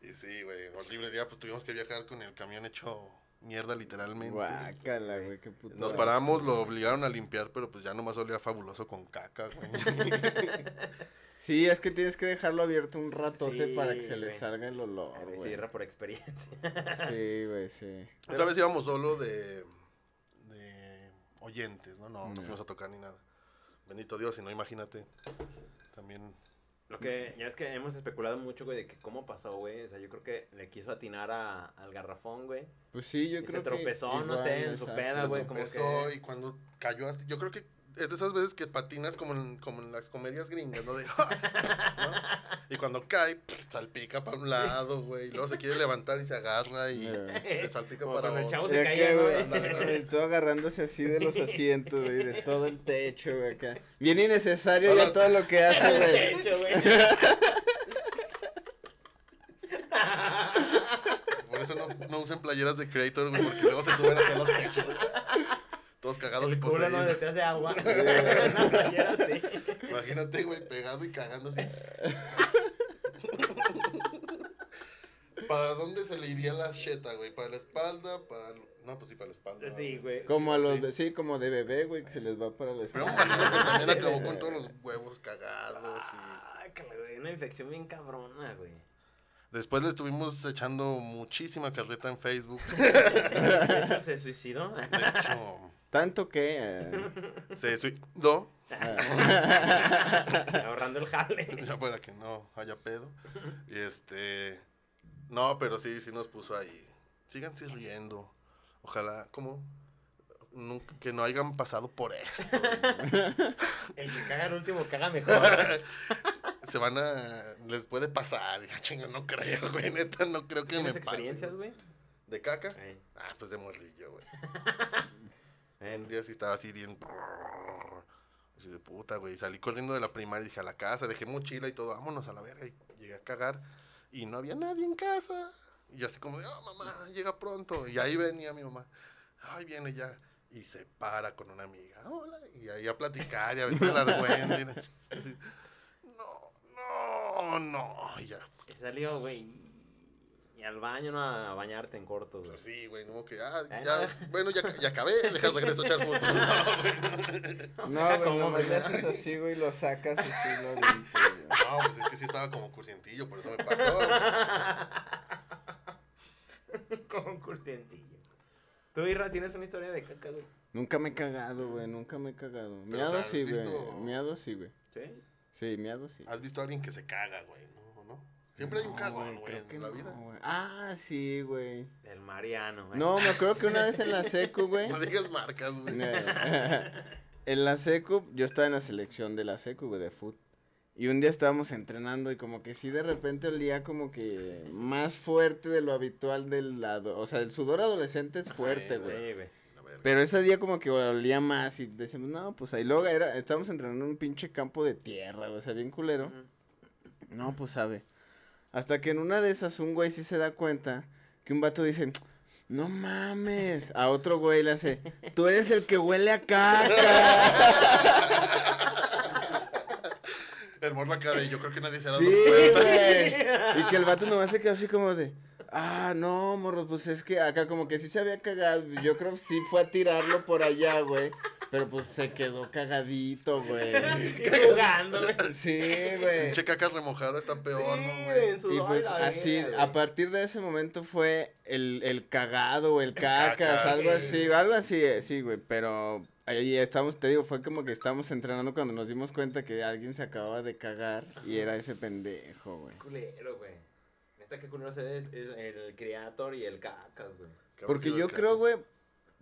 S6: Y sí, güey, horrible. Ya pues tuvimos que viajar con el camión hecho mierda, literalmente.
S2: Guácala, güey, qué puto.
S6: Nos paramos, lo obligaron a limpiar, pero pues ya nomás olía fabuloso con caca, güey.
S2: Sí, es que tienes que dejarlo abierto un ratote
S4: Sí,
S2: para que se le
S4: güey.
S2: salga el olor,
S4: A ver,
S2: güey.
S4: cierra por experiencia.
S2: Sí, güey, sí.
S6: Esta vez íbamos solo de, de oyentes, ¿no? No, no
S1: Ya.
S6: fuimos a tocar ni nada. Bendito Dios, y no imagínate. También
S4: Lo que ya es que hemos especulado mucho, güey, de que cómo pasó, güey. O sea, yo creo que le quiso atinar a- al garrafón, güey.
S2: Pues sí, yo
S4: Y se
S2: creo que.
S4: tropezó, no
S2: igual,
S4: sé, en su
S2: esa-
S4: peda. Nada,
S6: se
S4: güey, como
S6: tropezó
S4: que-
S6: y cuando cayó así, yo creo que es de esas veces que patinas como en, como en las comedias gringas, ¿no? De, ¿no? Y cuando cae, salpica para un lado, güey, y luego se quiere levantar y se agarra y
S2: Mira.
S6: se salpica
S4: Como
S6: para
S4: cuando el
S6: otro.
S4: chavo
S2: Y
S4: se
S2: acá,
S4: caía,
S2: güey,
S4: güey.
S6: Ándale, ándale.
S2: Todo agarrándose así de los asientos, güey, de todo el techo, güey, acá. Bien innecesario ya
S6: Ahora-
S2: todo lo que hace,
S4: De
S2: güey.
S4: hecho, güey.
S6: Por eso no, no usen playeras de Creator, güey, porque luego se suben hacia los techos. Todos cagados y
S4: El culo no
S6: poseídos.
S4: detrás de agua. Una playera así.
S6: Imagínate, güey, pegado y cagando así. ¿Para dónde se le iría la cheta, güey? ¿Para la espalda? ¿Para.? el- No, pues sí, para la espalda.
S4: Sí,
S6: ¿no?
S4: güey.
S2: Como a los.
S6: Sí.
S2: de- Sí, como de bebé, güey, que se les va para la
S6: Pero me
S2: espalda.
S6: imagino que también acabó con todos los huevos cagados y...
S4: Ah, que le dio una infección bien cabrona, güey.
S6: Después le estuvimos echando muchísima carreta en Facebook.
S4: ¿De hecho, ¿Se suicidó?
S6: De hecho,
S2: Tanto que. eh,
S6: se suicidó,
S4: Ahorrando el jale.
S6: ya para que no haya pedo. Y este... No, pero sí, sí nos puso ahí. Síganse riendo. Ojalá, como... nunca- que no hayan pasado por esto.
S4: El que caga el último caga mejor.
S6: Se van a... Les puede pasar. Ya chinga, no creo, güey. Neta, no creo que me
S4: ¿Tienes
S6: pase.
S4: experiencias,
S6: güey.
S4: güey?
S6: ¿De caca?
S4: Eh,
S6: Ah, pues de morrillo, güey.
S4: eh,
S6: Un día sí estaba así bien. Así de puta, güey. Salí corriendo de la primaria y dije a la casa, dejé mochila y todo, vámonos a la verga. Y llegué a cagar y no había nadie en casa. Y yo así como de, oh, mamá, llega pronto. Y ahí venía mi mamá. Ay, viene ya. Y se para con una amiga. Hola. Y ahí a platicar y a aventar la argüende. Y así, no, no, no. Y ya.
S4: se salió, güey. Y al baño, no, a bañarte en corto, güey.
S6: Pues sí, güey, como que, ah,
S4: Ah,
S6: ya, bueno, ya, ya acabé, dejas regreso a echar fútbol. No, güey.
S2: No, güey,
S4: Como
S2: nomás
S4: me-
S2: le haces así, güey, lo sacas así, lo limpias, güey.
S6: No, pues es que sí estaba como cursientillo, por eso me pasó. güey.
S4: Como un cursientillo. Tú, Irra, tienes una historia de caca, güey.
S2: Nunca me he cagado, güey, nunca me he cagado.
S6: Pero,
S2: Miado
S6: o sea,
S2: sí,
S6: ¿has
S2: güey.
S6: visto-
S2: Miado sí, güey.
S4: ¿Sí?
S2: Sí, miado sí.
S6: ¿Has visto a alguien que se caga, güey? ¿No? ¿O ¿No? Siempre hay un
S2: No,
S6: cagón, güey,
S2: creo que
S6: en la
S2: no,
S6: vida.
S2: güey. Ah, sí, güey.
S4: El Mariano, güey.
S2: No, me acuerdo que una vez en la secu, güey.
S6: No digas marcas, güey.
S2: en la secu, yo estaba en la selección de la secu, güey, de fútbol. Y un día estábamos entrenando y como que sí de repente olía como que más fuerte de lo habitual del lado. O sea, el sudor adolescente es fuerte,
S6: sí.
S2: güey.
S4: Sí, güey.
S6: La verga.
S2: Pero ese día como que olía más y decimos, no, pues ahí luego era, estábamos entrenando en un pinche campo de tierra, güey, o sea, bien culero.
S4: Ujú.
S2: No, pues sabe. Hasta que en una de esas un güey sí se da cuenta que un vato dice, no mames. A otro güey le hace, tú eres el que huele a caca.
S6: El morro acá de, yo creo que nadie se ha dado
S2: sí,
S6: cuenta.
S2: güey. Y que el vato nomás se quedó así como de, ah, no, morro, pues es que acá como que sí se había cagado. Yo creo que sí fue a tirarlo por allá, güey. Pero pues se quedó cagadito, güey.
S4: Jugando, güey.
S2: Sí, güey.
S6: Pinche caca remojada está peor, ¿no, güey?
S4: Sí, en
S2: Y
S4: su-
S2: pues
S4: ay, la
S2: así,
S4: verga,
S2: a
S4: güey.
S2: partir de ese momento fue el, el cagado, el cacas,
S6: cacas,
S2: algo
S6: sí.
S2: así, algo así, eh, sí, güey, pero ahí estamos, te digo, fue como que estábamos entrenando cuando nos dimos cuenta que alguien se acababa de cagar y era ese pendejo, güey.
S4: culero, güey. Neta, que culero se es, es el Creator y el Cacas, güey.
S6: Qué
S2: Porque
S6: aburrido
S2: yo
S6: el
S2: creo,
S6: caca.
S2: güey,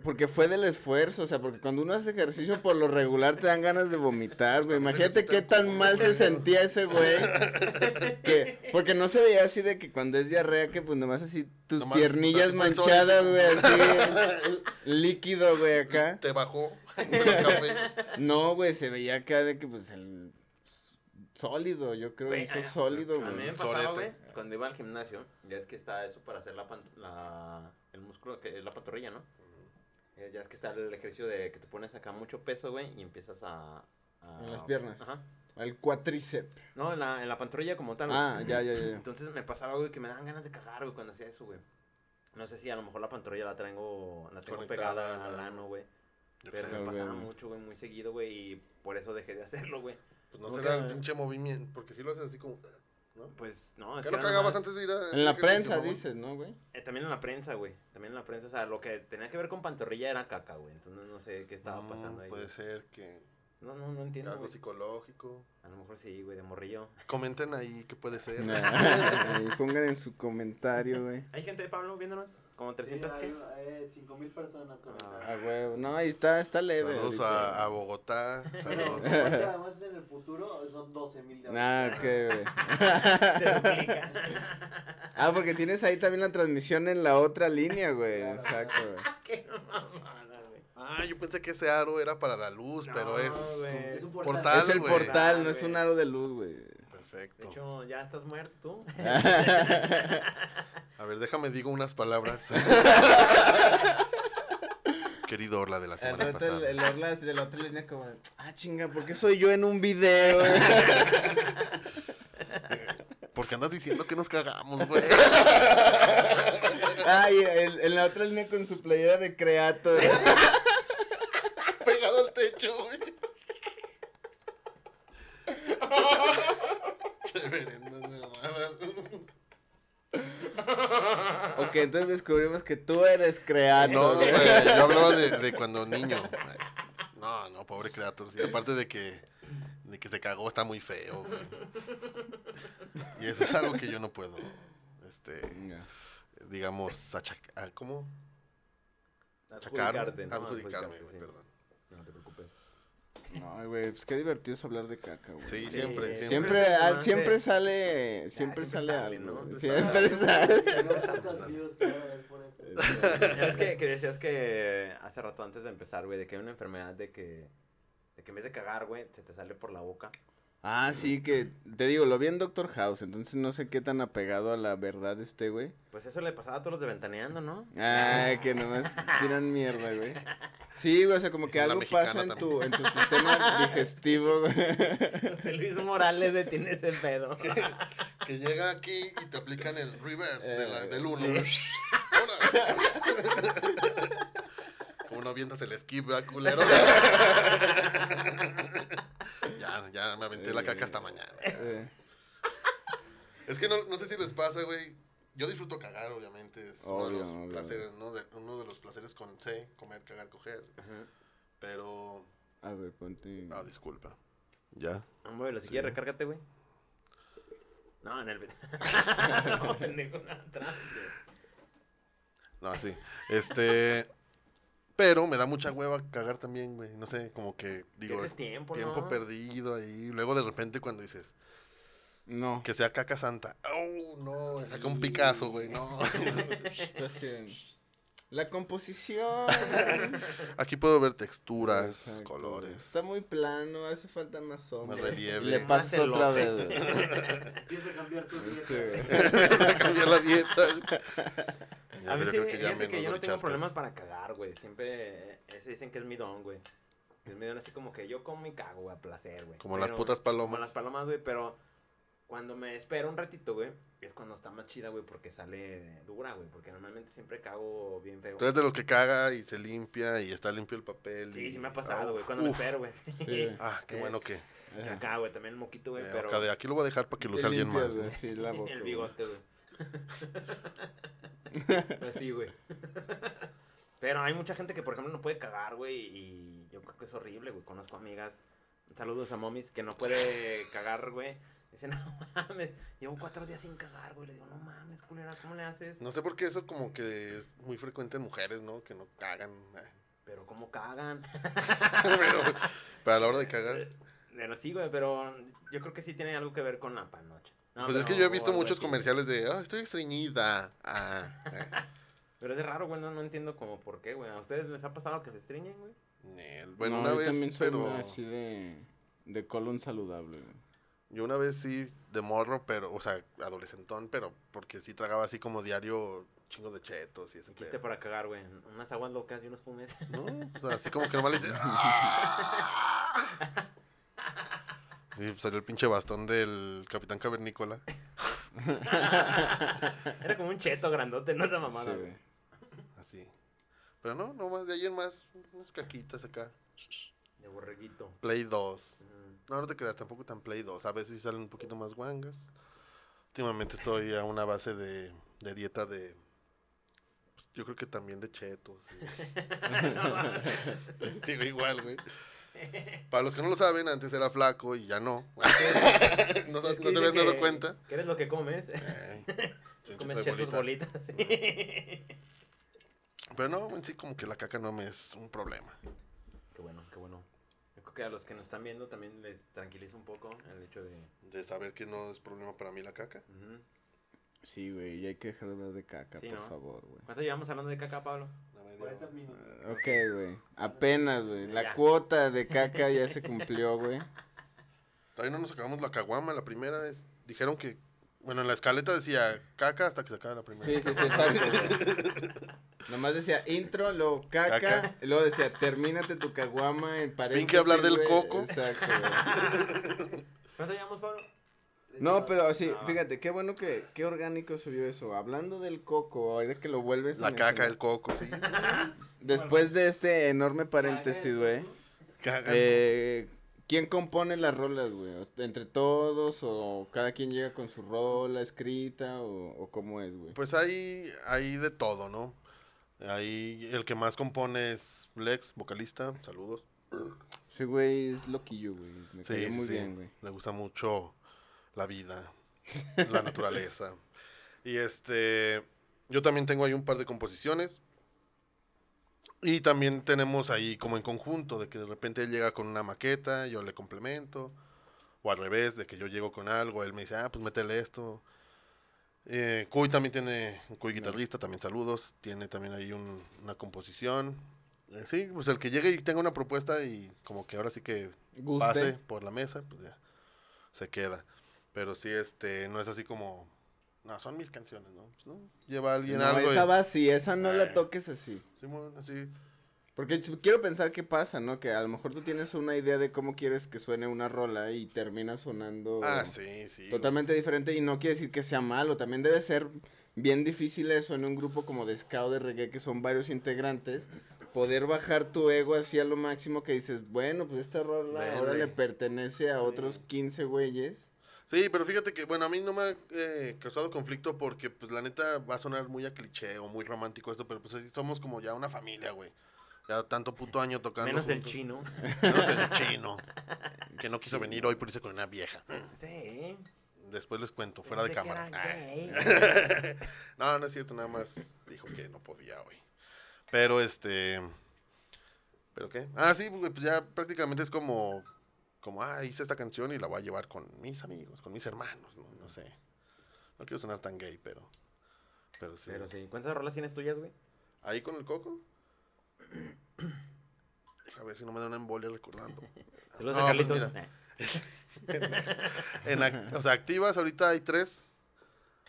S2: porque fue del esfuerzo, o sea, porque cuando uno hace ejercicio por lo regular te dan ganas de vomitar, güey.
S6: Estamos
S2: Imagínate qué
S6: ejercitando
S2: tan
S6: como
S2: mal se
S6: pendejos.
S2: sentía ese güey. que- porque no se veía así de que cuando es diarrea, que pues nomás así tus
S6: Nomás
S2: piernillas
S6: satisfactorio,
S2: manchadas,
S6: tipo.
S2: güey, así líquido, güey, acá.
S6: Te bajó el café.
S2: No, güey, se veía acá de que pues el sólido, yo creo,
S4: Güey,
S2: eso
S4: ah,
S2: sólido,
S4: A mí
S2: güey. Ah.
S4: me pasaba, güey,
S6: Sorete.
S4: cuando iba al gimnasio, ya es que está eso para hacer la, pan- la- el músculo, que es la pantorrilla, ¿no? Eh, Ya es que está el ejercicio de que te pones acá mucho peso, güey, y empiezas a... a-
S2: En las piernas.
S4: Ajá.
S2: El cuatricep.
S4: No, en la, en la pantorrilla como tal. güey.
S2: Ah, ya, ya, ya. ya.
S4: Entonces me pasaba, güey, que me daban ganas de cagar, güey, cuando hacía eso, güey. No sé si a lo mejor la pantorrilla la tengo, la tengo
S6: Conectada
S4: pegada
S6: al-
S4: al ano, güey.
S6: Yo
S4: Pero
S6: creo.
S4: me
S2: creo,
S4: pasaba
S2: güey.
S4: mucho, güey, muy seguido, güey, y por eso dejé de hacerlo, güey.
S6: Pues no
S4: ¿Cómo
S6: será el
S4: que-
S6: pinche movimiento, porque si lo haces así como... ¿no?
S4: Pues no, es
S6: ¿Qué
S4: que
S6: no
S4: era
S6: cagabas
S4: nomás-
S6: antes de ir a...
S2: En la
S6: hacer ejercicio,
S2: prensa
S6: mamón?
S2: dices, ¿no, güey?
S4: Eh, también en la prensa, güey. También en la prensa, o sea, lo que tenía que ver con pantorrilla era caca, güey. Entonces no sé qué estaba
S6: Mm,
S4: pasando ahí.
S6: Puede
S4: güey.
S6: ser que
S4: No, no, no entiendo,
S6: algo
S4: güey.
S6: psicológico.
S4: A lo mejor sí, güey, de morrillo.
S6: Comenten ahí qué puede ser.
S2: Ahí pongan en su comentario, güey.
S4: ¿Hay gente de Pablo viéndonos? ¿Como 300
S5: Sí,
S4: qué? Ah,
S5: hay, eh, 5000 personas conectadas.
S2: A huevo. No, ahí está, está leve.
S6: Saludos
S2: ahorita.
S6: a, a Bogotá. Saludos.
S5: Porque además en el futuro son 12000 de
S2: Ah, ok, güey.
S4: Se duplica.
S2: Ah, porque tienes ahí también la transmisión en la otra línea, güey.
S5: Claro.
S2: Exacto, güey.
S4: qué mamada, güey.
S6: Ah, yo pensé que ese aro era para la luz,
S4: No,
S6: pero es
S4: güey.
S5: Es
S6: un
S5: un
S6: portal.
S5: portal.
S2: Es el
S6: güey.
S2: portal, no
S4: Ah,
S2: es
S4: güey.
S2: un aro de luz, güey. Eh,
S4: De
S6: Perfecto.
S4: hecho, ya estás muerto tú.
S6: A ver, déjame digo unas palabras. Querido Orla de la
S2: El
S6: semana
S2: rato el,
S6: pasada.
S2: Ah, el Orlas de la otra línea como, ah, chinga, ¿por qué soy yo en un video? güey?"
S6: Porque andas diciendo que nos cagamos, güey.
S2: Ay, el- en la otra línea con su playera de creato.
S6: Pegado al techo, güey. Reverendo de mamadas.
S2: ok, entonces descubrimos que tú eres creato.
S6: No,
S2: güey.
S6: güey, yo hablaba de, de cuando niño. No, no, pobre Creator. sí, aparte de que, de que se cagó, está muy feo. güey. Y eso es algo que yo no puedo, este,
S2: Venga.
S6: digamos, achacar, ¿cómo?
S4: Adjudicarte,
S6: Achacarme,
S4: ¿no?
S6: Ah, adjudicarme,
S4: Adjudicarte,
S6: güey,
S4: sí.
S6: perdón.
S4: No te preocupes.
S2: No, güey, pues qué divertido es hablar de caca, güey.
S6: Sí,
S2: Sí.
S6: siempre,
S4: Sí,
S2: Siempre,
S6: siempre.
S2: ah,
S4: Ah,
S2: siempre
S4: sí.
S2: sale, siempre
S4: siempre
S2: sale
S4: sale,
S2: algo.
S4: ¿no?
S2: güey. Siempre
S6: Siempre
S2: sale.
S5: No tantas views, claro, es por eso.
S4: Ya ves que, que decías que hace rato antes de empezar, güey, de que hay una enfermedad de que, de que en vez de cagar, güey, se te sale por la boca.
S2: Ah, sí, que te digo, lo vi en Doctor House, entonces no sé qué tan apegado a la verdad este, güey.
S4: Pues eso le pasaba a todos los de Ventaneando, ¿no?
S2: Ay, que nomás tiran mierda, güey. Sí, güey, o sea, como que
S6: La
S2: algo pasa
S6: mexicana
S2: en tu, en tu sistema digestivo, güey.
S4: José Luis Morales detiene ese pedo.
S6: Que llega aquí y te aplican el reverse de la-
S2: Eh,
S6: del uno.
S2: sí.
S6: güey. Ahora. Como no avientas el skip, ¿verdad, culero? ya, ya me aventé la caca hasta mañana.
S2: Eh,
S6: Es que no, no sé si les pasa, güey. Yo disfruto cagar, obviamente. Es uno de
S2: Obvio,
S6: los
S2: obvio.
S6: placeres, ¿no? De- uno de los placeres con C, comer, cagar, coger. Pero.
S2: a ver, ponte.
S6: Ah, disculpa. ¿Ya?
S4: No, muévelo, si
S6: Sí.
S4: quieres, recárgate, güey. No, en el... no, pendejo, no, atrás, güey.
S6: No, sí. Este. Pero me da mucha hueva cagar también, güey. No sé, como que digo,
S4: Pierdes
S6: es
S4: tiempo,
S6: tiempo
S4: ¿no?
S6: perdido ahí. Luego de repente cuando dices,
S2: No.
S6: que sea caca santa. ¡Oh, no! Saca un Picasso, güey. No.
S2: Entonces, la composición.
S6: Aquí puedo ver texturas,
S2: Exacto, güey.
S6: colores.
S2: Está muy plano, hace falta más sombra.
S6: Más relieve.
S2: Le pasas
S4: Más
S2: otra vez.
S4: elote.
S2: güey.
S5: Empieza a cambiar tu dieta.
S2: Sí, güey.
S6: Cambiar la dieta. güey. Ya,
S4: A mí
S6: pero
S4: sí,
S6: creo que ya
S4: fíjate que
S6: menos
S4: yo no tengo
S6: horchascas.
S4: problemas para cagar, güey. Siempre eh, ese dicen que es mi don, güey. Es mi don así como que yo como y cago, güey, a placer, güey.
S6: Como las
S4: Pero-
S6: putas
S4: Como
S6: palomas.
S4: las palomas, güey, pero Cuando me espero un ratito, güey, es cuando está más chida, güey, porque sale dura, güey, porque normalmente siempre cago bien feo.
S6: Tú eres de los que caga y se limpia y está limpio el papel.
S4: Sí,
S6: y-
S4: sí me ha
S6: Ah,
S4: pasado, güey,
S6: uf,
S4: cuando me
S6: uf.
S4: espero, güey.
S1: Sí.
S6: Ah, qué
S4: Eh,
S6: bueno que.
S4: Acá, güey, también el moquito, güey,
S6: eh,
S4: pero
S6: acá de aquí lo voy a dejar para que lo use
S2: Te
S6: alguien
S2: limpias,
S6: más. ¿no?
S2: güey, sí, la boca,
S4: el
S2: güey.
S4: bigote, güey. Así, güey. Pero hay mucha gente que, por ejemplo, no puede cagar, güey, y yo creo que es horrible, güey. Conozco amigas, saludos a momis, que no puede cagar, güey. Dice, no mames, llevo cuatro días sin cagar, güey. Le digo, no mames, culera, ¿cómo le haces?
S6: No sé por qué eso como que es muy frecuente en mujeres, ¿no? Que no cagan. eh.
S4: Pero, ¿cómo cagan?
S6: Pero, pero a la hora de
S4: Eh,
S6: cagar.
S4: Pero sí, güey, pero yo creo que sí tiene algo que ver con la panocha. No,
S6: pues es que
S4: pero-
S6: yo he
S4: o
S6: visto
S4: algo
S6: muchos
S4: así.
S6: comerciales de, ah, estoy estreñida. Ah, eh.
S4: Pero es raro, güey, no, no entiendo como por qué, güey. ¿A ustedes les ha pasado que se estriñen, güey?
S6: Nel. Bueno,
S2: No,
S6: una
S2: yo
S6: vez,
S2: también soy
S6: pero...
S2: muy así de, de colon saludable, güey.
S6: Yo una vez sí, de morro, pero, o sea, adolescentón, pero porque sí tragaba así como diario chingo de chetos y ese
S4: ¿Qué hiciste
S6: pedo.
S4: para cagar, güey? Unas aguas locas y unos fumes.
S6: No, o sea, así como que nomás le dice... "Ah". Sí, pues, salió el pinche bastón del Capitán Cavernícola.
S4: Era como un cheto grandote, no esa mamada.
S2: Sí,
S4: güey.
S2: güey.
S6: Así. Pero no, nomás de ayer más, unas caquitas acá.
S4: De borreguito.
S6: Play 2.
S4: Mm.
S6: No, no te creas, tampoco tan Play 2. A veces sí salen un poquito más guangas. Últimamente estoy a una base de, de dieta de. pues, yo creo que también de chetos. y- Sigo igual, güey. Para los que no lo saben, antes era flaco y ya no. no
S4: Es
S6: se
S4: que
S6: no se
S4: dicen
S6: habían dado
S4: que-
S6: cuenta.
S4: Que eres lo que comes.
S6: Ay, pinche
S4: comes
S6: de
S4: chetos
S6: bolita.
S4: bolitas. qué
S6: Pero no, en sí, como que la caca no me es un problema.
S4: bueno, qué bueno. Yo creo que a los que nos están viendo también les tranquiliza un poco el hecho de...
S6: De saber que no es problema para mí la caca.
S4: Ujú.
S2: Sí, güey, y hay que dejar de hablar de caca,
S4: Sí,
S2: por
S4: ¿no?
S2: favor, güey.
S4: ¿Cuánto llevamos hablando de caca, Pablo?
S6: La media
S5: 40
S6: hora.
S5: minutos.
S2: Ah, Ok, güey. Apenas, güey. La
S4: Ya.
S2: cuota de caca ya se cumplió, güey.
S6: Todavía no nos acabamos la caguama, la primera es, dijeron que, bueno, en la escaleta decía caca hasta que se acabe la primera.
S2: Sí, sí, sí, exacto, güey. Nomás decía intro, luego caca,
S6: Caca.
S2: y luego decía termínate tu caguama en paréntesis.
S6: que hablar del
S2: güey.
S6: coco.
S2: Exacto, güey.
S4: ¿Cuánto llevamos, Pablo?
S2: No, pero sí,
S4: Ah, va.
S2: fíjate, qué bueno que, qué orgánico se vio eso. Hablando del coco, ahorita que lo vuelves a
S6: La caca,
S2: mencionar.
S6: el coco, sí.
S2: Después de este enorme paréntesis, güey.
S6: Caga.
S2: Eh, ¿Quién compone las rolas, güey? ¿Entre todos o cada quien llega con su rola escrita o, o cómo es, güey?
S6: Pues hay, hay de todo, ¿no? Ahí el que más compone es Lex, vocalista, saludos.
S2: Ese güey es loquillo, güey. Me
S6: Sí,
S2: cayó
S6: sí,
S2: muy
S6: sí.
S2: bien, güey.
S6: Le gusta mucho la vida, la naturaleza. Y este, yo también tengo ahí un par de composiciones. Y también tenemos ahí como en conjunto, de que de repente él llega con una maqueta, yo le complemento. O al revés, de que yo llego con algo, él me dice, ah, pues métele esto. Eh, Cuy también tiene, Cuy guitarrista, también saludos. Tiene también ahí un- una composición. Eh, sí, pues el que llegue y tenga una propuesta y como que ahora sí que
S2: Guste.
S6: pase por la mesa, pues ya se queda. Pero sí, este, no es así como, no, son mis canciones, ¿no? Pues, ¿no? Lleva alguien
S2: No,
S6: algo. y-
S2: esa va así, esa no la
S6: Ay.
S2: toques así.
S6: Simón, así.
S2: Porque ch- quiero pensar qué pasa, ¿no? Que a lo mejor tú tienes una idea de cómo quieres que suene una rola y termina sonando
S6: Ah, sí, sí. güey.
S2: totalmente diferente y no quiere decir que sea malo. También debe ser bien difícil eso en un grupo como de ska o de reggae que son varios integrantes. Poder bajar tu ego así a lo máximo que dices, bueno, pues esta rola ahora
S6: Verde.
S2: le pertenece a
S6: Sí.
S2: otros 15 güeyes.
S6: Sí, pero fíjate que, bueno, a mí no me ha eh, causado conflicto porque, pues, la neta va a sonar muy a cliché o muy romántico esto, pero pues sí somos como ya una familia, güey. Ya tanto puto año tocando.
S4: Menos el
S6: juntos.
S4: chino.
S6: Menos el chino. Que no quiso venir hoy por irse con una vieja.
S4: Sí. ¿eh?
S6: Después les cuento, fuera de
S4: Pensé que
S6: cámara.
S4: era gay.
S6: Ah. no, no es cierto, nada más dijo que no podía hoy. Pero este. ¿Pero qué? Ah, sí, güey, pues ya prácticamente es como. Como, ah, hice esta canción y la voy a llevar con mis amigos, con mis hermanos, no, no sé. No quiero sonar tan gay, pero. Pero sí.
S4: Pero sí, ¿cuántas rolas tienes tuyas, güey?
S6: Ahí con el coco. Deja ver si no me da una embolia recordando.
S4: Saludos
S6: No,
S4: a
S6: pues
S4: Carlitos. Eh.
S6: mira. En ac- o sea, activas ahorita hay tres.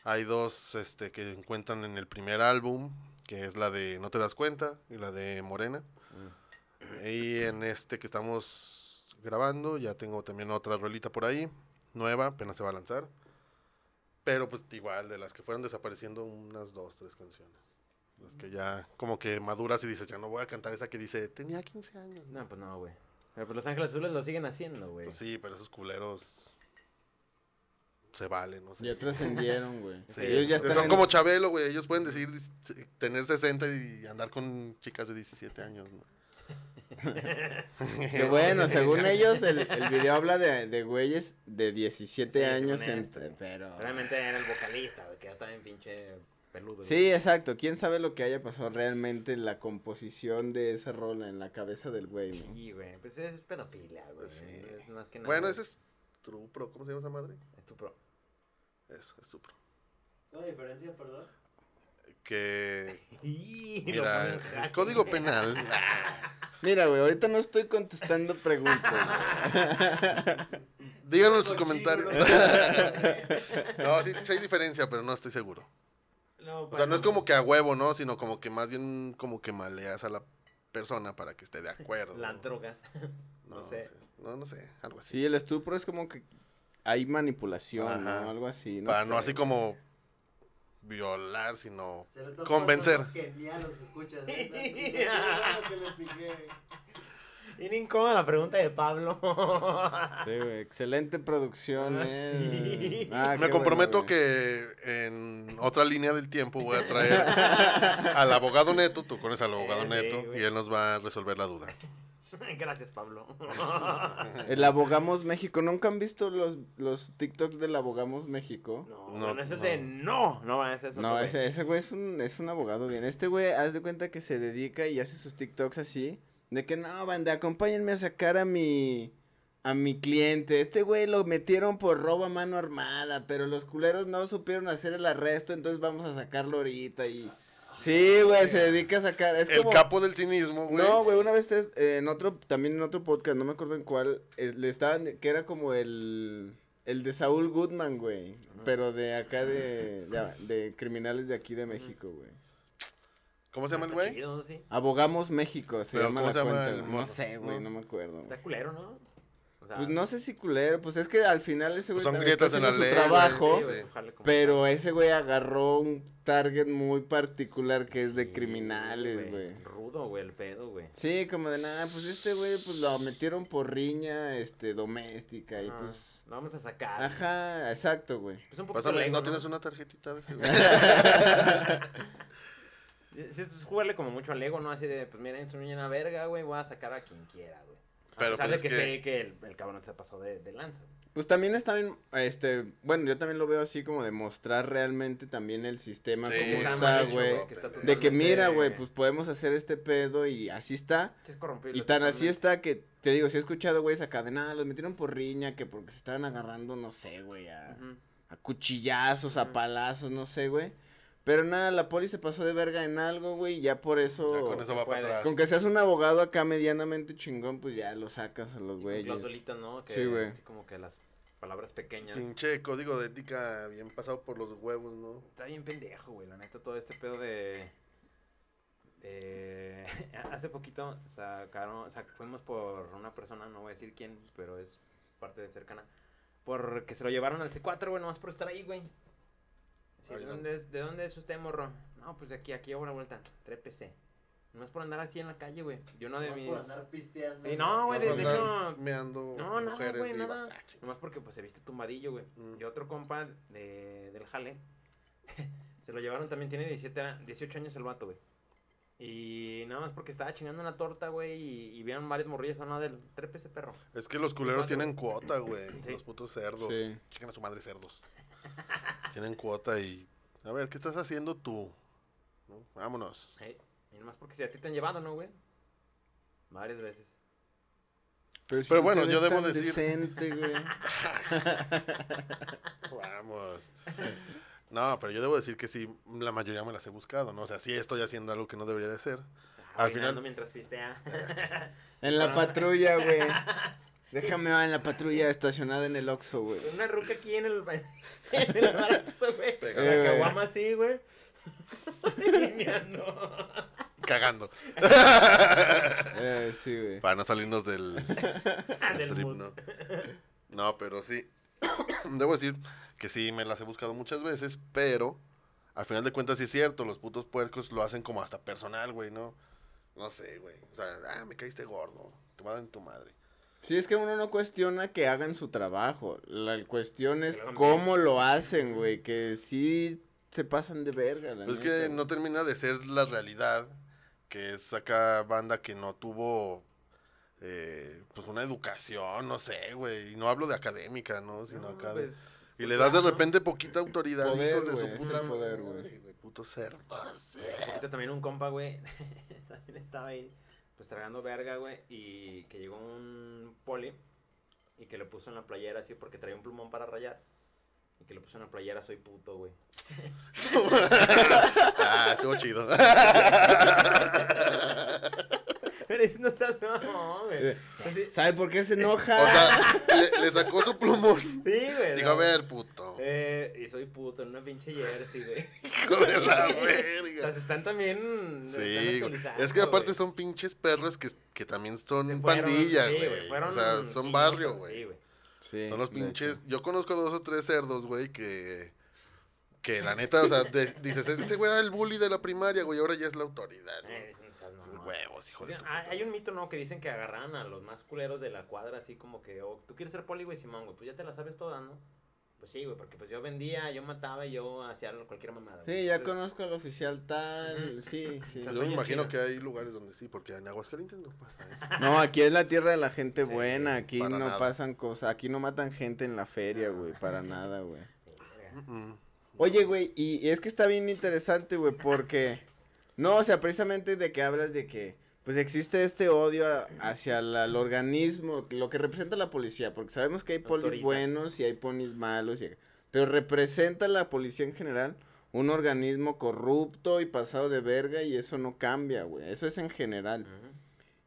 S6: Hay dos este, que encuentran en el primer álbum, que es la de No te das cuenta y la de Morena. Y en este que estamos grabando, ya tengo también otra rolita por ahí, nueva, apenas se va a lanzar. Pero pues igual, de las que fueron desapareciendo unas dos, tres canciones. Las que ya como que maduras y dices, ya no voy a cantar esa que dice, tenía 15 años. ¿no?
S4: No, pues no, güey. Pero pues Los Ángeles Azules lo siguen haciendo, güey.
S6: Pues sí, pero esos culeros se valen, no sé.
S2: Ya trascendieron, güey.
S6: Sí.
S2: Ellos ya están
S6: Son
S2: en-
S6: como Chabelo, güey. Ellos pueden decir eh, tener 60 y andar con chicas de 17 años, ¿no?
S2: Que bueno, según ellos, el, el video habla de, de güeyes de 17
S4: Sí,
S2: años.
S4: según
S2: en-
S4: esto,
S6: este.
S4: güey.
S2: pero.
S4: Realmente era el vocalista, güey, que ya estaba en pinche peludo.
S2: Sí, exacto. ¿Quién sabe lo que haya pasado realmente en la composición de esa rola en la cabeza del güey,
S4: güey.
S2: no?
S4: Sí, güey. Pues es pedofilia, güey.
S6: Sí.
S4: Es más que nada.
S6: Bueno, ese es Trupro. ¿Cómo se llama esa madre?
S4: Es tu pro.
S6: Eso, es Trupro.
S5: ¿Cuál es la diferencia, perdón?
S6: Que,
S4: Y lo
S6: mira,
S4: ponen
S6: el
S4: crack,
S6: código
S4: güey.
S6: penal...
S2: Mira, güey, ahorita no estoy contestando preguntas. güey.
S6: Díganos en sus
S5: Con
S6: comentarios.
S5: chino,
S6: No, sí, sí hay diferencia, pero no estoy seguro.
S4: No,
S6: O sea, no es como que a huevo, ¿no? Sino como que más bien como que maleas a la persona para que esté de acuerdo.
S4: Las drogas.
S6: No,
S4: no sé.
S6: No, no sé, algo así.
S2: Sí, el estupro es como que hay manipulación,
S6: Ajá.
S2: ¿no? Algo así. No
S6: para
S2: sé.
S6: no así como violar, sino...
S5: Se lo está
S6: Convencer.
S5: pasando Genial, los escuchas. ¿no? Está- está bueno que le piqué.
S4: Bien incómoda la pregunta de Pablo.
S2: Sí, güey, excelente producción,
S4: Ah,
S2: eh.
S4: sí.
S2: Ah,
S6: Me
S2: qué
S6: comprometo
S2: bueno, güey.
S6: que en otra línea del tiempo voy a traer al abogado Neto, tú conoces al abogado
S4: Sí,
S6: Neto,
S4: güey.
S6: y él nos va a resolver la duda.
S4: Gracias, Pablo.
S2: El Abogamos México. ¿Nunca han visto los, los TikToks del Abogamos México?
S4: No,
S6: No,
S4: no, ese es de no. No, ese es otro,
S2: No,
S4: güey.
S2: ese, ese güey es un, es un abogado bien. Este güey, haz de cuenta que se dedica y hace sus TikToks así. De que no, banda, acompáñenme a sacar a mi. A mi cliente. Este güey lo metieron por robo a mano armada. Pero los culeros no supieron hacer el arresto. Entonces vamos a sacarlo ahorita. Y. Sí, güey, se dedica a sacar. Es
S6: el
S2: como-
S6: capo del cinismo, güey.
S2: no, güey, una vez tres, eh, en otro, también en otro podcast, no me acuerdo en cuál, eh, le estaban, de- que era como el, el de Saúl Goodman, güey, pero de acá de, de, de criminales de aquí de México, güey.
S6: ¿Cómo se llama el
S4: Está
S6: güey?
S4: chido, sí.
S2: Abogamos México, se
S6: Pero,
S2: llama la
S6: ¿cómo se llama
S2: cuenta,
S6: el
S2: güey.
S6: morro?
S2: No sé, güey,
S6: ¿No?
S2: no me acuerdo. güey.
S4: Está culero, ¿no? O sea,
S2: Pues no sé si culero, pues es que al final ese güey
S6: Pues son
S2: también está
S6: grietas en la
S2: haciendo
S6: ley,
S2: su
S6: güey,
S2: trabajo,
S6: sí,
S4: güey, ojalá como-
S2: pero ese güey agarró un target muy particular que es de
S4: Sí,
S2: criminales, güey.
S4: Rudo, güey, el pedo, güey.
S2: Sí, como de nada, pues este güey, pues lo metieron por riña, este, doméstica, y
S4: Ah,
S2: pues.
S4: lo vamos a sacar.
S2: Ajá, exacto, güey.
S4: Pues un poquito
S6: Pásame,
S4: lego,
S6: ¿no tienes una tarjetita de ese güey?
S4: Sí, es, es jugarle como mucho al ego, ¿no? Así de, pues mira, es un niño en la verga, güey, voy a sacar a quien quiera, güey. A
S6: Pero,
S4: pesar
S6: pues,
S4: de
S6: es
S4: que,
S6: que-
S4: sé que el, el cabrón se pasó de, de lanza.
S2: Pues también está bien, este, bueno, yo también lo veo así como de mostrar realmente también el sistema,
S6: Sí,
S2: cómo
S6: está
S2: está,
S6: mal hecho,
S2: güey.
S6: güey.
S2: De que mira, güey, pues podemos hacer este pedo y así está.
S4: Es corrompible.
S2: Y tan así
S4: totalmente.
S2: está que, te digo, si he escuchado, güey, acá de nada, los metieron por riña, que porque se estaban agarrando, no sé, güey, a...
S4: Ujú.
S2: a cuchillazos, a
S4: Ujú.
S2: palazos, no sé, güey. Pero nada, la poli se pasó de verga en algo, güey, y ya por eso...
S6: Ya con eso va para
S4: Puede.
S6: atrás.
S2: Con que seas un abogado acá medianamente chingón, pues ya lo sacas a los
S4: Y con
S2: güeyes.
S4: clausulitas, ¿no? Que,
S2: Sí, güey.
S4: así Como que las palabras pequeñas.
S6: Pinche código de ética bien pasado por los huevos, ¿no?
S4: Está bien pendejo, güey, la neta, todo este pedo de... de- Hace poquito sacaron, sac- fuimos por una persona, no voy a decir quién, pero es parte de cercana, porque se lo llevaron al C4, güey, nomás por estar ahí, güey. Sí,
S6: Ay,
S4: ¿de,
S6: no.
S4: dónde es, ¿De dónde es usted, morro? No, pues de aquí, aquí, ahora vuelta, trépese. Nomás por andar así en la calle, güey. Yo no de
S5: Nomás
S4: mis...
S5: por andar pisteando.
S4: Sí, no, güey, de,
S6: Vas a
S4: de
S6: andar
S4: hecho,
S6: meando
S4: no, nada,
S6: mujeres
S4: güey,
S6: vivas.
S4: nada. Nomás porque pues se viste tumbadillo, güey.
S6: Mm.
S4: Y otro compa de, del jale, se lo llevaron también, tiene 17, a- 18 años el vato, güey. Y nada más porque estaba chingando una torta, güey, y, y vieron varios morrillos al lado del trepe ese perro.
S6: Es que los culeros
S4: Cuatro.
S6: tienen cuota, güey.
S4: Sí.
S6: Los putos cerdos.
S2: Sí.
S6: Chiquen a su madre cerdos. tienen cuota y. A ver, ¿qué estás haciendo tú? ¿No? Vámonos.
S4: Ey, Y nomás porque si a ti te han llevado, ¿no, güey? Varias veces.
S2: si
S6: Pero
S2: tú
S6: bueno,
S2: te
S6: yo
S2: ves
S6: debo
S2: tan
S6: decir-
S2: decente, güey.
S6: Vamos. No, pero yo debo decir que sí, la mayoría me las he buscado, ¿no? O sea, sí estoy haciendo algo que no debería de hacer.
S4: Ah,
S6: Al
S4: orinando
S6: final-
S4: mientras pistea.
S2: En la
S4: Bueno,
S2: patrulla, güey. Déjame va en la patrulla estacionada en el Oxxo, güey.
S4: Con una ruca aquí en el, ba- en el brazo, güey.
S2: Eh,
S6: Pega-
S4: La
S2: güey.
S4: caguama así, güey. Guiñando.
S6: Cagando.
S2: Eh, sí, güey.
S6: Para no salirnos del,
S4: Ah,
S6: del
S4: del
S6: trip,
S4: mood.
S6: ¿no? No, pero sí. Debo decir que sí, me las he buscado muchas veces, pero al final de cuentas sí es cierto, los putos puercos lo hacen como hasta personal, güey, ¿no? No sé, güey. O sea, ah, me caíste gordo, te va a dar en tu madre.
S2: Sí, es que uno no cuestiona que hagan su trabajo. La cuestión es cómo lo hacen, güey. Que sí se pasan de verga, la
S6: Pues es
S2: neta,
S6: que
S2: güey.
S6: no termina de ser la realidad, que es acá banda que no tuvo, eh, pues, una educación, no sé, güey. Y no hablo de académica, ¿no? Sino acá
S4: Pues,
S6: de... Y le das de repente poquita autoridad,
S2: Poder,
S6: hijos de
S2: güey,
S6: su
S2: es
S6: puta
S2: el poder,
S6: madre,
S2: güey.
S6: Puto cerdo.
S4: Ah, Ahorita también un compa, güey, también estaba ahí, pues tragando verga, güey, y que llegó un poli y que le puso en la playera así porque traía un plumón para rayar. Y que le puso en la playera, soy puto, güey.
S6: ah, estuvo chido.
S4: Pero eso no estás, no, güey. Así-
S2: ¿Sabe por qué se
S6: Eh, O
S2: enoja?
S6: sea, le, le sacó su plumón.
S4: Sí, güey.
S6: Dijo, a
S4: no.
S6: ver, puto.
S4: Eh, y soy puto, en una pinche jersey, güey.
S6: Hijo de la
S4: O sea,
S6: verga.
S4: se están también. se
S6: Sí,
S4: están
S6: güey.
S4: actualizando,
S6: Es que aparte
S4: güey.
S6: son pinches perros que, que también son
S4: Se fueron,
S6: pandilla,
S4: sí,
S6: güey.
S4: fueron
S6: o sea, son
S4: quinientos,
S6: barrio,
S4: sí,
S6: güey.
S2: Sí,
S6: son los
S2: de
S6: pinches.
S2: hecho.
S6: Yo conozco dos o tres cerdos, güey, que. Que la neta, o sea, de- dices, este güey era el bully de la primaria, güey, ahora ya es la autoridad, ¿no?
S4: Eh, no seas
S6: Dices,
S4: mamón.
S6: Huevos, hijo de
S4: Oigan,
S6: tu
S4: ah, hay,
S6: puta
S4: hay un mito, ¿no? Que dicen que agarran a los más culeros de la cuadra, así como que, oh, tú quieres ser poli, güey, Simón, güey, pues ya te la sabes toda, ¿no? Pues sí, güey, porque pues yo vendía, yo mataba y yo hacía lo- cualquier mamada.
S2: Sí,
S4: güey.
S2: ya
S4: Entonces,
S2: conozco al oficial tal.
S4: Ujú.
S2: Sí, sí.
S6: Yo
S4: Soy
S6: me
S4: el
S6: imagino
S4: chino.
S6: que hay lugares donde sí, porque en Aguascalientes no pasa eso.
S2: No, aquí es la tierra de la gente buena. Aquí no
S6: para nada.
S2: pasan cosas. Aquí no matan gente en la feria, güey. Para nada, güey.
S4: verga.
S6: Mm-mm.
S2: Oye, güey, y y es que está bien interesante, güey, porque... No, o sea, precisamente de que hablas de que, pues, existe este odio a- hacia la- el organismo, lo que representa la policía, porque sabemos que hay polis
S4: Autoridad.
S2: buenos y hay polis malos, y- pero representa la policía en general un organismo corrupto y pasado de verga y eso no cambia, güey, eso es en general.
S4: Ujú.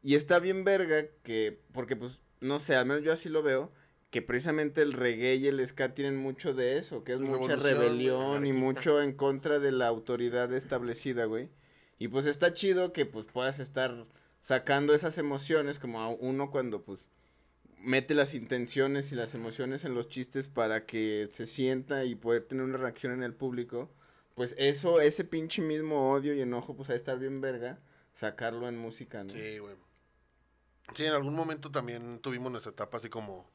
S2: Y está bien verga que, porque pues, no sé, al menos yo así lo veo, que precisamente el reggae y el ska tienen mucho de eso, que es mucha
S6: Revolución, güey,
S2: rebelión y
S4: anarquista.
S2: mucho en contra de la autoridad establecida, güey. Y pues está chido que pues puedas estar sacando esas emociones como a uno cuando pues mete las intenciones y las emociones en los chistes para que se sienta y poder tener una reacción en el público. Pues eso, ese pinche mismo odio y enojo, pues a estar bien verga, sacarlo en música, ¿no?
S6: Sí, güey. Sí, en algún momento también tuvimos nuestra etapa así como,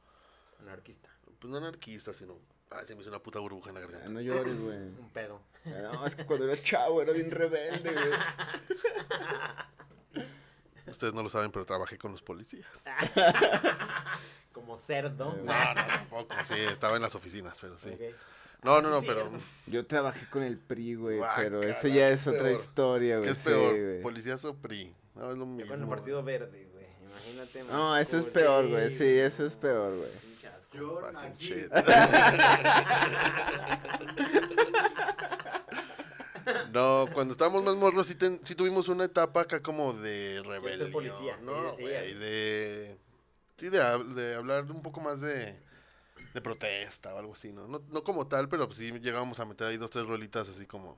S4: Anarquista.
S6: pues no anarquista, sino, ah, se me hizo una puta burbuja en la
S2: Ah,
S6: garganta.
S2: No llores, güey.
S4: Un pedo.
S2: No, es que cuando era chavo era bien rebelde, güey.
S6: Ustedes no lo saben, pero trabajé con los policías.
S4: Como cerdo.
S2: Eh,
S6: No, no, tampoco. Sí, estaba en las oficinas, pero sí.
S4: Ok.
S6: No, no, no, pero
S2: Yo trabajé con el PRI, güey,
S6: Guácala,
S2: pero eso ya Ah, es otra
S6: peor.
S2: historia,
S6: ¿qué
S2: güey.
S6: es
S2: sí,
S6: peor?
S2: güey.
S6: ¿Policías o PRI? No, es
S4: Yo
S6: lo mismo.
S4: con el
S6: güey.
S4: partido verde, güey. Imagínate.
S2: No,
S4: más
S2: eso es
S4: cool.
S2: peor, güey, sí,
S4: güey,
S2: eso es
S4: no,
S2: peor, güey.
S4: pinche asco.
S5: Yo
S6: Fucking
S5: aquí.
S6: shit. No, cuando estábamos más morros sí, ten- sí tuvimos una etapa acá como de rebelión.
S4: policía,
S6: No,
S4: sí, sí,
S6: güey,
S4: sí.
S6: de... Sí, de, hab- de hablar un poco más de, de protesta o algo así, ¿no? ¿no? No como tal, pero sí llegábamos a meter ahí dos, tres rolitas así como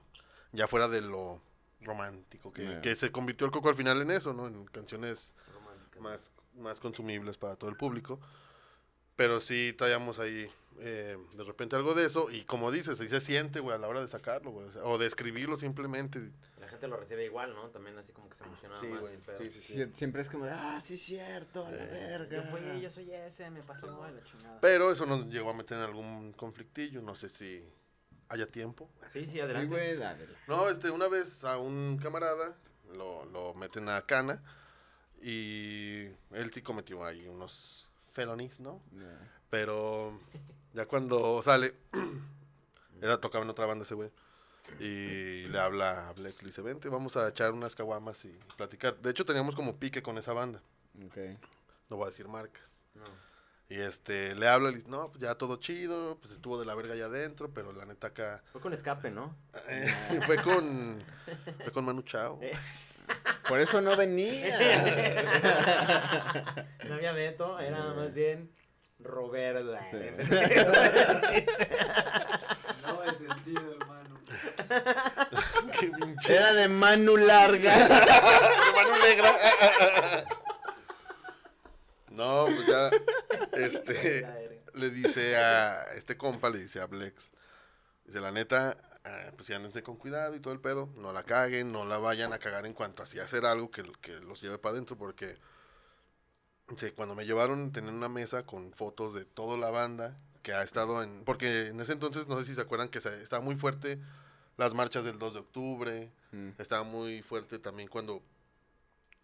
S6: ya fuera de lo romántico, que,
S2: Ya.
S6: que se convirtió el coco al final en eso, ¿no? En canciones
S4: Romántico.
S6: más, más consumibles para todo el público. Pero sí traíamos ahí eh, de repente algo de eso. Y como dices, ahí se siente, güey, a la hora de sacarlo, güey. O, sea, o de escribirlo simplemente.
S4: La gente lo recibe igual, ¿no? También así como que se emociona
S6: Sí,
S4: más.
S6: güey,
S4: el pedo.
S6: sí, sí, sí.
S2: Sie- Siempre es como, de, ah, sí, es cierto, a la verga.
S4: Yo fui, yo soy ese, me pasó de la chingada.
S6: Pero eso nos llegó a meter en algún conflictillo. No sé si haya tiempo.
S4: Sí, sí,
S2: Sí,
S4: adelante.
S2: güey, dale.
S6: No, este, una vez a un camarada lo, lo meten a cana. Y él sí cometió ahí unos felonies, ¿no?
S2: Ya.
S6: Pero ya cuando sale, era tocaba en otra banda ese güey. Y le habla a Blex, le dice, vente, vamos a echar unas caguamas y platicar. De hecho, teníamos como pique con esa banda,
S2: Ok.
S6: no voy a decir marcas.
S4: No.
S6: Y este, le habla, le dice, no, pues ya todo chido, pues estuvo de la verga allá adentro, pero la neta acá...
S4: Fue con escape, ¿no?
S6: eh, fue con... Fue con Manu Chao.
S4: Eh.
S2: Por eso no venía.
S4: No había Beto, era más bien Roberta.
S2: Sí.
S5: No he sentido, hermano.
S6: Qué pinche-
S2: Era de mano larga.
S6: mano negra. No, pues ya... Este... le dice a este compa, le dice a Blex, dice, la neta, ah, pues sí, ándense con cuidado y todo el pedo, no la caguen, no la vayan a cagar en cuanto así a hacer algo que, que los lleve para adentro, porque dice, cuando me llevaron tenían una mesa con fotos de toda la banda que ha estado en, porque en ese entonces, no sé si se acuerdan que se- estaba muy fuerte las marchas del 2 de octubre,
S1: Mm.
S6: estaba muy fuerte también cuando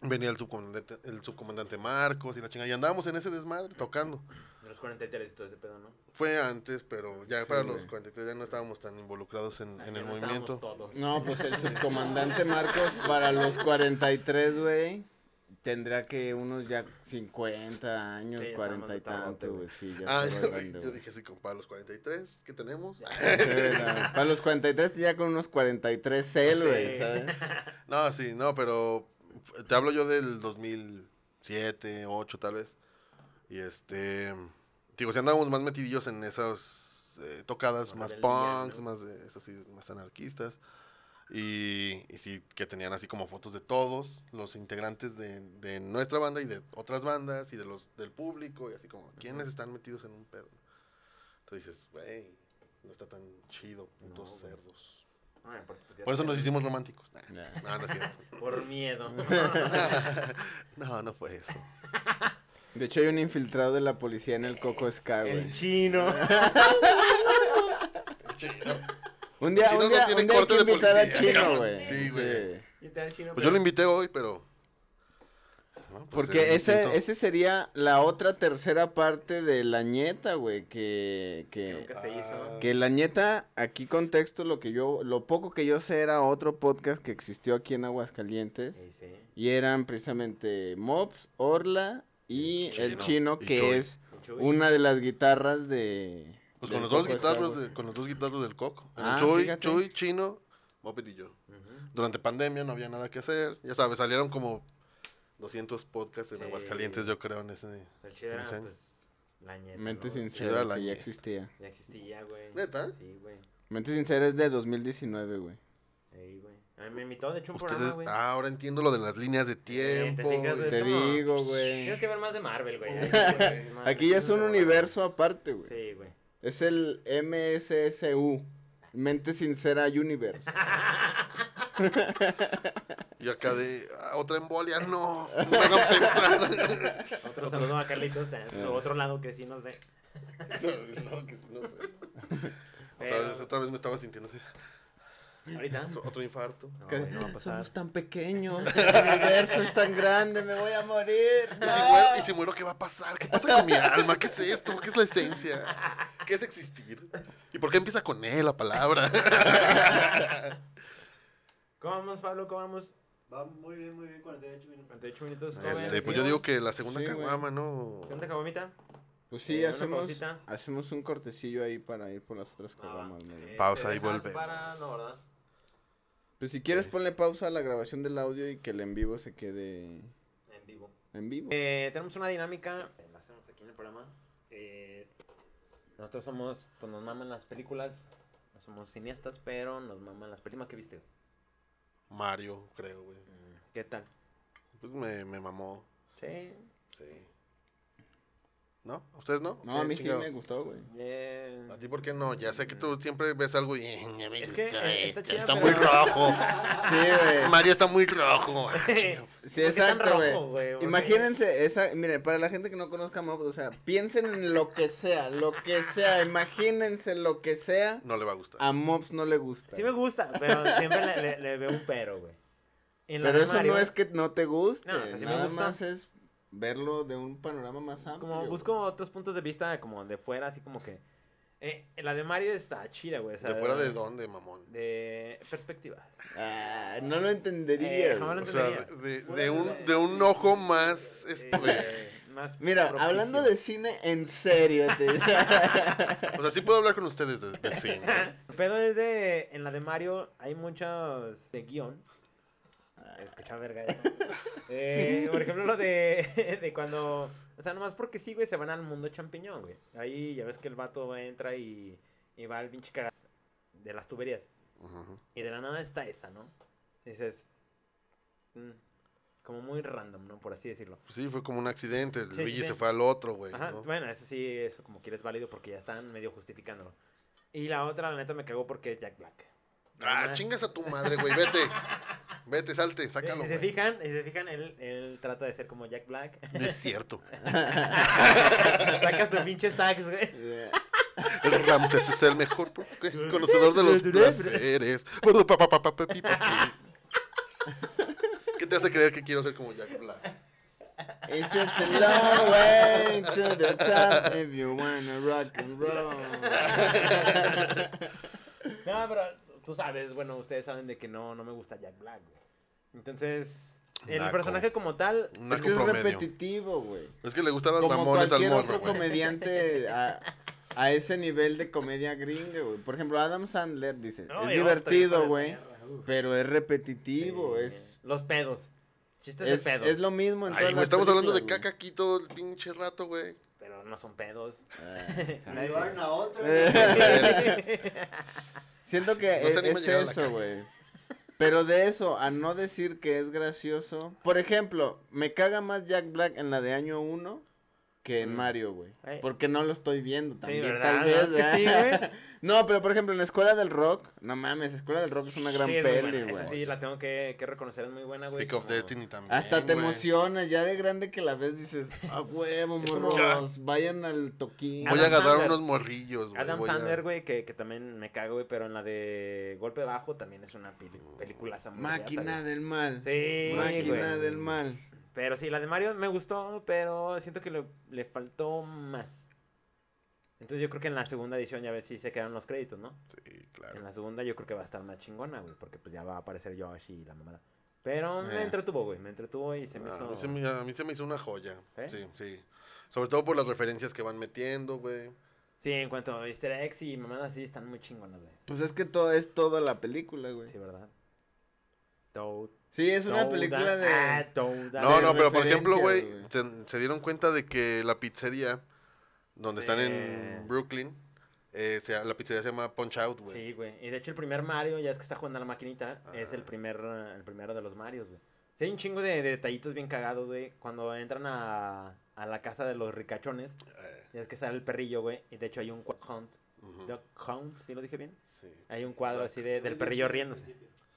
S6: venía el subcomandante, el subcomandante Marcos y la chingada. Y andábamos en ese desmadre tocando.
S4: De los 43 y todo ese pedo, ¿no?
S6: Fue antes, pero ya
S1: Sí,
S6: para
S1: güey.
S6: los 43 ya no estábamos tan involucrados en, en
S4: Ya
S6: el
S4: no estábamos
S6: movimiento.
S4: todos.
S2: No, pues el subcomandante Marcos para los 43, güey. Tendrá que unos ya 50 años,
S4: Sí, ya
S2: 40 y
S4: estamos de tabote,
S2: tanto,
S4: güey.
S2: güey. Sí, ya
S6: Ah,
S2: estaba
S6: yo,
S2: grande,
S6: yo
S2: güey.
S6: dije así, como para los 43, ¿qué tenemos? Ah,
S2: Sí, güey, la- Para los 43, ya con unos 43 cel, güey,
S4: Sí.
S2: ¿sabes?
S6: No, sí, no, pero f- te hablo yo del 2007, 8 tal vez. Y este, digo, si andábamos más metidillos en esas eh, tocadas,
S4: Más
S6: más
S4: rebeldías,
S6: punks,
S4: ¿no?
S6: más de, eso sí, más anarquistas. Y, y sí, que tenían así como fotos de todos los integrantes de, de nuestra banda y de otras bandas y de los del público y así como, ¿quiénes están metidos en un pedo? Entonces dices, güey, no está tan chido, putos
S4: No, güey.
S6: cerdos.
S4: Ay, aparte, pues, ya
S6: Por eso
S4: te-
S6: nos hicimos románticos. Nah, no, no es cierto.
S4: Por miedo.
S6: Ah, no, no fue eso.
S2: De hecho, hay un infiltrado de la policía en el Coco Ska, güey.
S4: El chino.
S6: Ah.
S2: Un día,
S6: Chino
S2: un
S6: no
S2: día,
S6: tiene
S2: un día hay
S6: corte
S2: que
S6: de
S2: invitar a
S6: policía,
S2: Chino,
S6: cabrón.
S2: güey.
S6: Sí, güey.
S4: ¿Qué tal, chino?
S6: Pues yo lo invité hoy, pero. no, pues,
S2: Porque
S6: eh,
S2: ese,
S6: siento-
S2: ese sería la otra tercera parte de la nieta, güey, que,
S4: Que
S2: que,
S4: Nunca se hizo.
S2: que la nieta, aquí contexto, lo que yo, lo poco que yo sé era otro podcast que existió aquí en Aguascalientes,
S4: Sí, sí.
S2: y eran precisamente Mobs, Orla y
S6: Chino.
S2: el Chino,
S6: Y
S2: que
S6: Chuy.
S2: es
S4: El Chuy.
S2: una de las guitarras de...
S6: Pues
S2: del
S6: con los, dos
S2: Coco
S6: guitarros
S2: Star,
S6: de- con los dos guitarros del coco. Era
S2: Ah,
S6: Chuy,
S2: fíjate.
S6: Chuy, Chino, Moped y yo.
S4: Ujú.
S6: Durante pandemia no había nada que hacer. Ya sabes, salieron como 200 podcasts en
S4: Sí.
S6: Aguascalientes, yo creo, en ese.
S4: El chido era,
S6: Diseño.
S4: pues, la ñeta,
S2: Mente
S4: ¿no?
S2: Sincera,
S6: Chida la
S2: que ya
S6: ñe.
S2: existía.
S4: Ya existía, güey.
S6: ¿Neta?
S4: Sí, güey.
S2: Mente Sincera es de 2019, güey.
S4: Ey, güey. A mí me invitó, de hecho, un
S6: Ustedes,
S4: programa, güey.
S6: ah, ahora entiendo lo de las líneas de tiempo.
S4: fijas,
S6: y-
S4: güey.
S2: Te
S4: como-
S2: digo, güey.
S4: Tienes que ver más de Marvel, güey.
S2: Aquí ya es un universo aparte, güey.
S4: Sí, güey.
S2: Es el MSSU. Mente Sincera Universe.
S6: Y acá de ah, otra embolia, no. No me hagan pensar.
S4: Otro saludo a Carlitos, a
S6: Eh.
S4: su otro lado que sí nos ve.
S6: No, que no sé. Otra,
S4: Pero-
S6: vez, otra vez me estaba sintiendo así.
S4: Ahorita.
S6: Otro- Otro infarto.
S4: No, güey, no Ah, va a pasar.
S2: Somos tan pequeños. El universo es tan grande. Me voy a morir.
S6: ¿Y
S4: Ah.
S6: si, muero, ¿Y si muero, qué va a pasar? ¿Qué pasa con mi alma? ¿Qué es esto? ¿Qué es la esencia? ¿Qué es existir? ¿Y por qué empieza con E la palabra?
S4: ¿Cómo vamos, Pablo? ¿Cómo vamos?
S5: Va muy bien, muy bien, 48 minutos.
S4: 38 minutos. ¿cómo
S6: Este,
S4: ven?
S6: pues yo digo que la segunda
S2: Sí, güey.
S6: caguama, ¿no?
S4: ¿Segunda cabomita?
S2: Pues sí,
S4: Eh, una
S2: hacemos,
S4: pausita.
S2: hacemos un cortecillo ahí para ir por las otras
S4: Ah,
S2: programas.
S4: va. Eh,
S6: Pausa
S4: ¿te
S6: y
S4: dejas
S6: volvemos.
S4: Para... No, ¿verdad?
S2: Pues si quieres
S6: Sí.
S2: ponle pausa a la grabación del audio y que el en vivo se quede
S4: En vivo.
S2: en vivo.
S4: Eh, tenemos una dinámica. eh, La hacemos aquí en el programa. Eh, nosotros somos. Pues nos maman las películas. No somos cineastas, pero nos maman las películas. que viste?
S6: Mario, creo, güey.
S4: ¿Qué tal?
S6: Pues me, me mamó.
S4: Sí.
S6: Sí. ¿No? ¿A ¿Ustedes no?
S2: No, a
S6: Ok,
S2: mí sí
S6: chingados.
S2: me gustó, güey.
S4: Eh,
S6: ¿A ti por qué no? Ya sé que tú siempre ves algo y... "Eh, ya me
S4: Es que,
S6: gustó
S4: eh, está
S6: esto,
S4: chida,
S6: está
S4: pero-
S6: muy rojo.
S2: Sí, güey.
S6: Mario está muy rojo. Ah, chinga.
S2: Sí,
S4: Porque están
S2: exacto, güey.
S4: rojos, güey, porque-
S2: Imagínense, esa, miren, para la gente que no conozca Mob, o sea, piensen en lo que sea, lo que sea, imagínense lo que sea.
S6: No le va a gustar.
S4: Ah,
S2: A Mobs no le gusta.
S4: Sí me gusta, pero siempre le, le- le veo un pero, güey. En la
S2: Pero
S4: de
S2: eso
S4: Mario,
S2: no es que no te guste,
S4: No, o sea, sí me
S2: nada
S4: gusta.
S2: más es verlo de un panorama más amplio.
S4: Como busco otros puntos de vista, como de fuera, así como que. Eh, la de Mario está chida, güey. o sea,
S6: ¿De fuera de dónde, mamón?
S4: De perspectiva.
S2: Ah, no lo entendería.
S4: Eh, jamás lo
S6: O sea,
S4: entendería.
S6: de, de un, de un ojo más, este...
S4: Eh, más
S2: Mira,
S4: propicio.
S2: hablando de cine en serio, te-
S6: O sea, sí puedo hablar con ustedes de, de cine.
S4: Pero es de. En la de Mario hay muchos de guión. Escucha verga. ¿eh? Eh, por ejemplo, lo de, de cuando. O sea, nomás porque sí, güey, se van al mundo champiñón, güey. Ahí ya ves que el vato entra y, y va al pinche cagado de las tuberías.
S6: Ujú.
S4: Y de la nada está esa, ¿no? Y dices. mm, como muy random, ¿no? Por así decirlo.
S6: Pues Sí, fue como un accidente. El
S4: Sí, sí,
S6: Luigi
S4: sí.
S6: se fue al otro, güey.
S4: Ajá,
S6: Pues ¿no?
S4: bueno, eso sí, eso como quieres válido porque ya están medio justificándolo. Y la otra, la neta, me cagó porque es Jack Black.
S6: Ah,
S4: Además,
S6: chingas a tu madre, güey. Vete. Vete, salte,
S4: si-
S6: sácalo,
S4: Si se
S6: güey.
S4: fijan, si se fijan, él, él trata de ser como Jack Black.
S6: No es cierto.
S4: Sacas tu pinche sax, güey.
S6: El Ramses es el mejor pro- conocedor de los placeres. Bueno, pa, pa, pa, pa, pa, pi, pa, pi. ¿Qué te hace creer que quiero ser como Jack Black?
S2: It's just a long way to the top if you wanna rock and roll.
S4: No, pero tú sabes, bueno, ustedes saben de que no, no me gusta Jack Black, güey. Entonces, el
S6: Naco.
S4: personaje como tal,
S6: Un
S2: es que
S6: naco
S2: es
S6: promedio.
S2: repetitivo, güey.
S6: Es que le gustan los
S2: Como
S6: mamones al
S2: cualquier
S6: morro,
S2: otro
S6: güey.
S2: comediante a, a ese nivel de comedia gringa, güey. Por ejemplo, Adam Sandler dice, es
S4: No, y otro hijo
S2: divertido,
S4: de
S2: güey,
S4: perra, uf.
S2: pero es repetitivo,
S4: Sí.
S2: es...
S4: Los pedos. Chistes
S2: Es,
S4: de pedos.
S2: es lo mismo en
S6: Ay,
S2: todas
S6: güey,
S2: las
S6: estamos hablando de
S2: películas,
S6: caca aquí todo el pinche rato, güey.
S4: Pero no son pedos.
S2: güey. Ah.
S5: Me llevaron a otro.
S4: Eh.
S2: Siento que
S6: No se
S2: es,
S6: anima a
S2: es
S6: llegar a la
S2: eso,
S6: caca.
S2: güey. Pero de eso, a no decir que es gracioso. Por ejemplo, me caga más Jack Black en la de año 1 que en
S4: Mm.
S2: Mario, güey.
S4: Eh.
S2: Porque no lo estoy viendo también,
S4: ¿verdad?
S2: tal vez,
S4: ¿Verdad que sí,
S2: ¿verdad?
S4: güey?
S2: No, pero por ejemplo, en la Escuela del Rock, no mames, Escuela del Rock es una gran
S4: Sí, es muy buena,
S2: peli,
S4: esa
S2: güey.
S4: sí, la tengo que, que reconocer, es muy buena, güey.
S6: Pick of
S4: Como-
S6: Destiny también.
S2: Hasta te
S6: güey.
S2: emociona, ya de grande que la ves dices, ah, huevo,
S4: Es como-
S2: morros, vayan al toquín.
S6: Voy
S4: Adam
S6: a agarrar
S4: Sandler.
S6: unos morrillos, güey.
S4: Adam
S6: voy a-
S4: Sandler, güey, que, que también me cago, güey, pero en la de Golpe Bajo también es una peli, peliculaza muy
S2: Máquina
S4: de...
S2: del mal.
S4: Sí,
S2: Máquina
S4: güey.
S2: del mal.
S4: Pero sí, la de Mario me gustó, pero siento que le, le faltó más. Entonces yo creo que en la segunda edición ya ves si se quedan los créditos, ¿no?
S6: Sí,
S4: En
S6: claro.
S4: la segunda yo creo que va a estar más chingona, güey, porque pues ya va a aparecer Yoshi y la mamada. Pero me
S2: Eh.
S4: entretuvo, güey, me entretuvo y se me
S6: Ah, a,
S4: hizo...
S6: mí se me, a mí se me hizo una joya.
S4: ¿Eh?
S6: Sí, sí. Sobre todo por las referencias que van metiendo, güey.
S4: Sí, en cuanto a easter eggs y mamadas sí están muy chingonas, güey.
S2: Pues es que todo es toda la película, güey.
S4: Sí, ¿verdad? Toad.
S2: Sí, es una
S4: Toda-
S2: película de.
S4: Ah, toda-
S6: No,
S2: de
S6: no, pero por
S2: referencias,
S6: ejemplo, güey,
S2: güey.
S6: se, se dieron cuenta de que la pizzería, donde están
S4: Eh.
S6: en Brooklyn, eh, se- la pizzería se llama Punch Out, güey.
S4: Sí, güey. Y de hecho el primer Mario, ya es que está jugando a la maquinita, es
S2: Ah.
S4: el
S6: Ajá.
S4: primer eh, el primero de los Marios, güey. Sí, hay un chingo de, de detallitos bien cagados, güey. Cuando entran a, a la casa de los ricachones,
S6: Eh,
S4: ya es que sale el perrillo, güey. Y de hecho hay un Duck Hunt.
S2: Mm.
S6: ujú,
S4: Duck Hunt, ¿sí lo Eh. dije bien?
S6: sí.
S4: Hay un cuadro
S6: Duck.
S4: así de, del perrillo riéndose.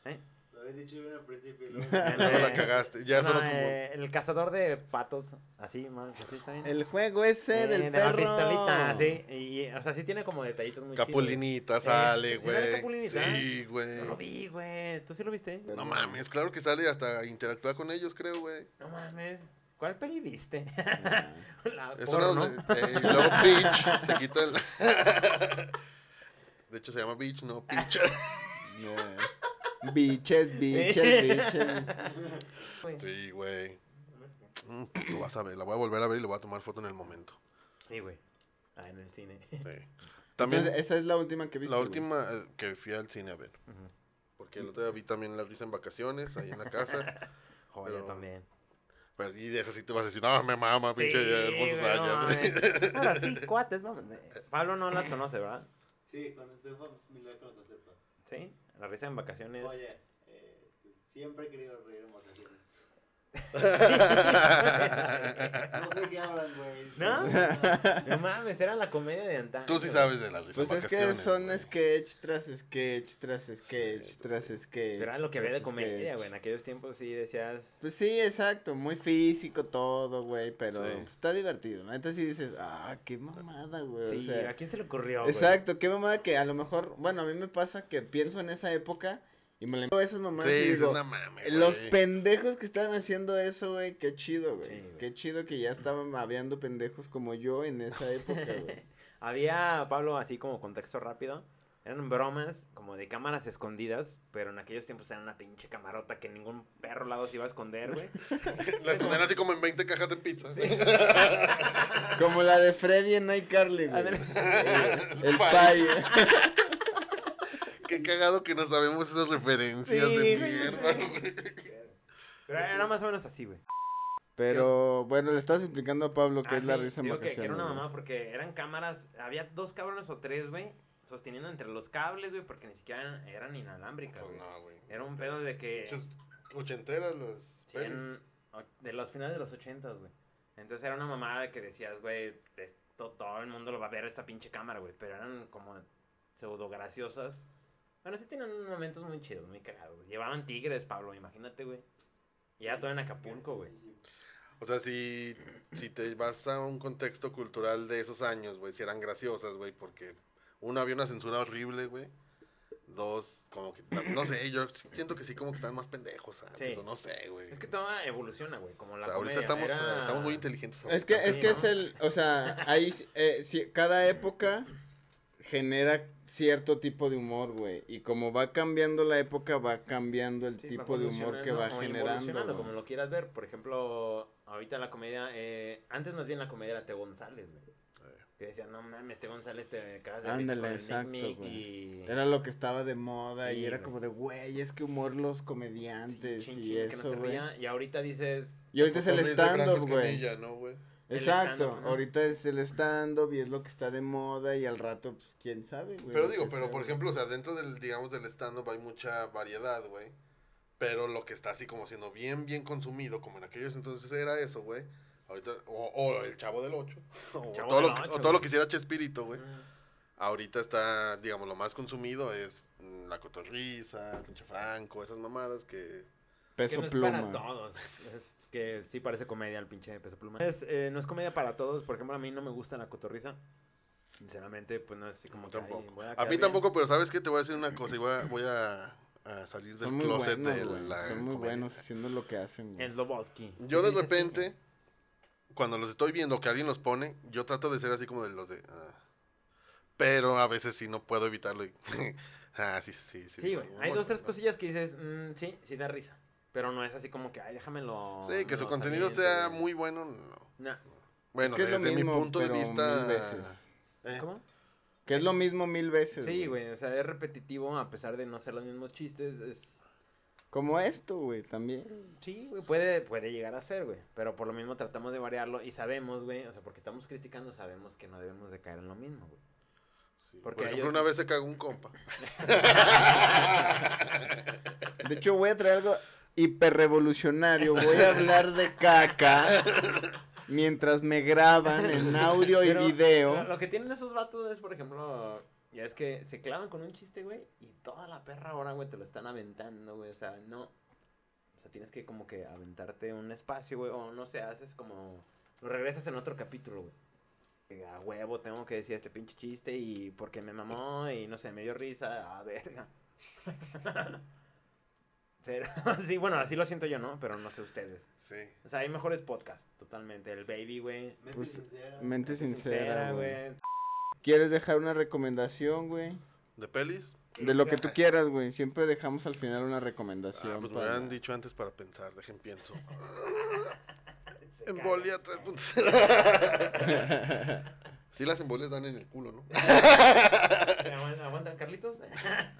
S4: ¿Eh?
S5: Lo habías dicho bien al principio. y
S4: El-
S5: luego-
S6: No la cagaste. Ya
S4: No,
S6: solo como...
S4: eh, el cazador de patos, así, más, así está bien.
S2: El juego ese
S4: Eh,
S2: del
S4: de la
S2: perro.
S4: pistolita, sí. Y, y, o sea, sí tiene como detallitos muy
S6: Capulinita
S4: Eh,
S6: sale,
S4: ¿sí sale
S6: güey.
S4: Capulinita?
S6: Sí, güey.
S4: chidos. Yo Lo vi, güey. ¿Tú sí lo viste?
S6: No mames, claro que sale hasta interactuar con ellos, creo, güey.
S4: No mames. ¿Cuál peli viste?
S2: Ah,
S4: La
S6: Es una
S4: porno.
S6: donde. eh, y luego Peach se quita el. De hecho, se llama Beach, no Peach.
S2: Yeah. Biches, biches, biches.
S6: Sí, güey. Mm, Lo vas a ver, la voy a volver a ver y le voy a tomar foto en el momento.
S4: Sí, güey. Ah, en el cine.
S6: Sí. También
S4: eh,
S2: Entonces, esa es la última que viste.
S6: la
S2: güey.
S6: última eh, que fui al cine a ver.
S4: Ujú.
S6: Porque el otro día vi también la risa en vacaciones, ahí en la casa.
S4: Joder,
S6: Pero-
S4: también.
S6: Pero, y de esa sí te vas a decir, no, me mama, pinche hermosos
S4: güey, no
S6: años".
S4: mames. Ahora sí, cuates, vamos. Pablo no las conoce, ¿verdad?
S5: Sí, este cuando esté familiar con el concepto.
S4: Sí. La risa en vacaciones.
S5: Oye, eh, siempre he querido reír en vacaciones. No sé qué hablan, güey.
S4: ¿No? No mames, era la comedia de antaño.
S6: Tú sí
S4: güey.
S6: sabes de la risa
S2: Pues
S6: en
S2: es que
S6: vacaciones,
S2: son
S6: güey.
S2: sketch tras sketch tras sketch
S6: pues
S2: tras sketch.
S4: Pero era lo que había
S2: tras
S4: de comedia,
S2: sketch.
S4: güey. En aquellos tiempos sí decías.
S2: Pues sí, exacto, muy físico todo, güey, pero pues,
S6: Sí.
S2: está divertido. La neta sí dices, ah, qué mamada, güey. o
S4: Sí,
S2: sea,
S4: ¿a quién se le ocurrió? güey?
S2: Exacto, qué mamada que a lo mejor, bueno, a mí me pasa que pienso en esa época y me leo esas mamadas
S6: Sí,
S2: y
S6: es
S2: digo, "Eh,
S6: una mame, güey.
S2: los pendejos que estaban haciendo eso, güey, qué chido, güey.
S4: Sí, güey.
S2: qué chido que ya estaban habiendo pendejos como yo en esa época, güey.
S4: Había, Pablo, así como contexto rápido, eran bromas como de cámaras escondidas, pero en aquellos tiempos era una pinche camarota que ningún perro lado se iba a esconder, güey.
S6: Las ponían así como en 20 cajas de pizza.
S2: Como la de Freddy en iCarly, güey.
S6: Ándale.
S2: El
S6: Pie.
S2: pay.
S6: Qué cagado que no sabemos esas referencias
S4: Sí,
S6: de
S4: güey,
S6: mierda,
S4: sí.
S6: güey.
S4: Pero era más o menos así, güey.
S2: Pero bueno, le estás explicando a Pablo qué
S4: Ah,
S2: es la
S4: sí,
S2: risa en
S4: digo que-
S2: vacaciones.
S4: Que, era una
S2: güey.
S4: mamá porque eran cámaras, había dos cabrones o tres, güey, sosteniendo entre los cables, güey, porque ni siquiera eran, eran inalámbricas,
S6: Pues
S4: güey.
S6: no, güey.
S4: Era un pedo de que...
S6: Muchas Ochenteras las pelis.
S4: en- o- de los finales de los ochentas, güey. Entonces era una mamada que decías, güey, esto todo el mundo lo va a ver esta pinche cámara, güey. Pero eran como pseudo graciosas. Bueno, sí tenían momentos muy chidos, muy cagados. güey. Llevaban tigres, Pablo, imagínate, güey. Y era todo en Acapulco, güey.
S6: O sea, si, si te vas a un contexto cultural de esos años, güey, si eran graciosas, güey, porque uno había una censura horrible, güey. Dos, como que, no- no sé, yo siento que sí como que estaban más pendejos antes,
S4: Sí.
S6: o no sé, güey.
S4: Es que todo evoluciona, güey. Como
S6: O
S4: la
S6: sea, ahorita
S4: comedia,
S6: estamos,
S4: era-
S6: estamos muy inteligentes.
S2: Es que,
S6: ahorita.
S2: es,
S4: Sí,
S2: que
S4: ¿no?
S2: es el, o sea, ahí sí- eh, sí, cada época genera cierto tipo de humor, güey. Y como va cambiando la época, va cambiando el
S4: Sí, va
S2: tipo de humor que
S4: evolucionando
S2: va
S4: o evolucionando,
S2: generando.
S4: como
S2: güey.
S4: lo quieras ver. Por ejemplo, ahorita la comedia, eh, antes más bien la comedia era Te González, güey. Que decían, no mames, Te González te cagas de
S2: Eh. Ándale,
S4: risa con el Nick
S2: exacto,
S4: Nick
S2: güey.
S4: y-
S2: Era lo que estaba de moda
S4: Sí,
S2: y era
S4: güey.
S2: como de, güey, es que humor los comediantes
S4: chin,
S2: y
S4: chin, que no
S2: eso,
S4: se
S2: güey.
S4: ría, Y ahorita dices,
S2: Y ahorita es el
S6: Como dice Franco
S2: stand-up, güey.
S6: Escamilla, ¿no, güey?
S4: El
S2: Exacto,
S4: stand-up, ¿no?
S2: ahorita es el stand-up y es lo que está de moda y al rato, pues, quién sabe, güey.
S6: Pero
S2: lo
S6: digo,
S2: que
S6: pero
S2: sea,
S6: por
S2: güey.
S6: ejemplo, o sea, dentro del, digamos, del stand-up hay mucha variedad, güey. Pero lo que está así como siendo bien, bien consumido, como en aquellos entonces era eso, güey. Ahorita, o, o el Chavo del Ocho, o,
S4: Chavo
S6: todo,
S4: del
S6: lo que,
S4: Ocho,
S6: o todo lo
S4: güey.
S6: que hiciera Chespirito, güey.
S4: "Mm,
S6: Ahorita está, digamos, lo más consumido es mm, la cotorriza, el pinche Franco, esas mamadas que...
S4: que
S2: Peso
S4: no es para
S2: pluma.
S4: todos. Es que sí parece comedia el pinche peso pluma. Es, eh, no es comedia para todos. Por ejemplo, a mí no me gusta la cotorriza. Sinceramente, pues no es así como que, ay,
S6: tampoco.
S4: voy
S6: A,
S4: quedar
S6: mí
S4: bien.
S6: tampoco, pero ¿sabes qué? Te voy a decir una cosa y voy a, voy a, a salir del
S2: Son muy
S6: closet
S2: buenos,
S6: de
S2: güey,
S6: la
S2: Son muy
S6: comedia.
S2: buenos haciendo lo que hacen, güey.
S4: Es Lobotsky.
S6: Yo de
S4: Sí, sí, sí.
S6: repente, cuando los estoy viendo que alguien los pone, yo trato de ser así como de los de... ah. Pero a veces sí no puedo evitarlo y... ah, sí, sí,
S4: Sí,
S6: sí.
S4: güey.
S6: muy
S4: Hay
S6: bueno,
S4: dos, tres
S6: ¿no?
S4: cosillas que dices, mm, sí, sí da risa. Pero no es así como que, ay, déjamelo.
S6: Sí, que
S4: me
S6: su
S4: lo
S6: contenido
S4: aviento,
S6: sea
S4: güey".
S6: muy bueno, no.
S4: Nah,
S6: Bueno,
S2: es que es
S6: desde
S2: lo mismo,
S6: mi punto de
S2: pero
S6: vista...
S2: Mil veces.
S6: eh,
S4: ¿Cómo?
S2: Que es lo mismo mil veces.
S4: Sí, güey. O sea, es repetitivo a pesar de no ser los mismos chistes. Es...
S2: Como esto, güey, también.
S4: Sí, güey, puede, puede llegar a ser, güey. Pero por lo mismo tratamos de variarlo y sabemos, güey. O sea, porque estamos criticando, sabemos que no debemos de caer en lo mismo, güey.
S6: sí.
S4: Porque
S6: Por ejemplo,
S4: ellos-
S6: una vez se cagó un compa.
S2: De hecho, voy a traer algo hiperrevolucionario. Voy a hablar de caca mientras me graban en audio
S4: Pero
S2: y
S4: Lo,
S2: video.
S4: lo que tienen esos vatos es, por ejemplo, ya es que se clavan con un chiste, güey, y toda la perra ahora, güey, te lo están aventando, güey. O sea, no. O sea, tienes que como que aventarte un espacio, güey, o no sé, haces como. Lo regresas en otro capítulo, güey. Que A huevo tengo que decir este pinche chiste y porque me mamó y no sé, me dio risa, a verga. Pero sí, bueno, así lo siento yo, ¿no? Pero no sé ustedes.
S6: Sí.
S4: O sea, hay mejores podcasts, totalmente. El Baby, güey.
S5: Mente
S2: Pues,
S5: sincera.
S2: Mente sincera,
S4: Sincera,
S2: güey.
S4: güey.
S2: ¿Quieres dejar una recomendación, güey?
S6: ¿De pelis? Ah, pues
S2: De lo que tú quieras, güey. Siempre dejamos al final una recomendación.
S6: Ah, pues me
S2: para-
S6: habían dicho antes para pensar, dejen pienso.
S4: Se caga.
S6: Embolia 3.0. sí, las embolias dan en el culo, ¿no?
S4: ¿Aguantan, aguantan, Carlitos? Eh,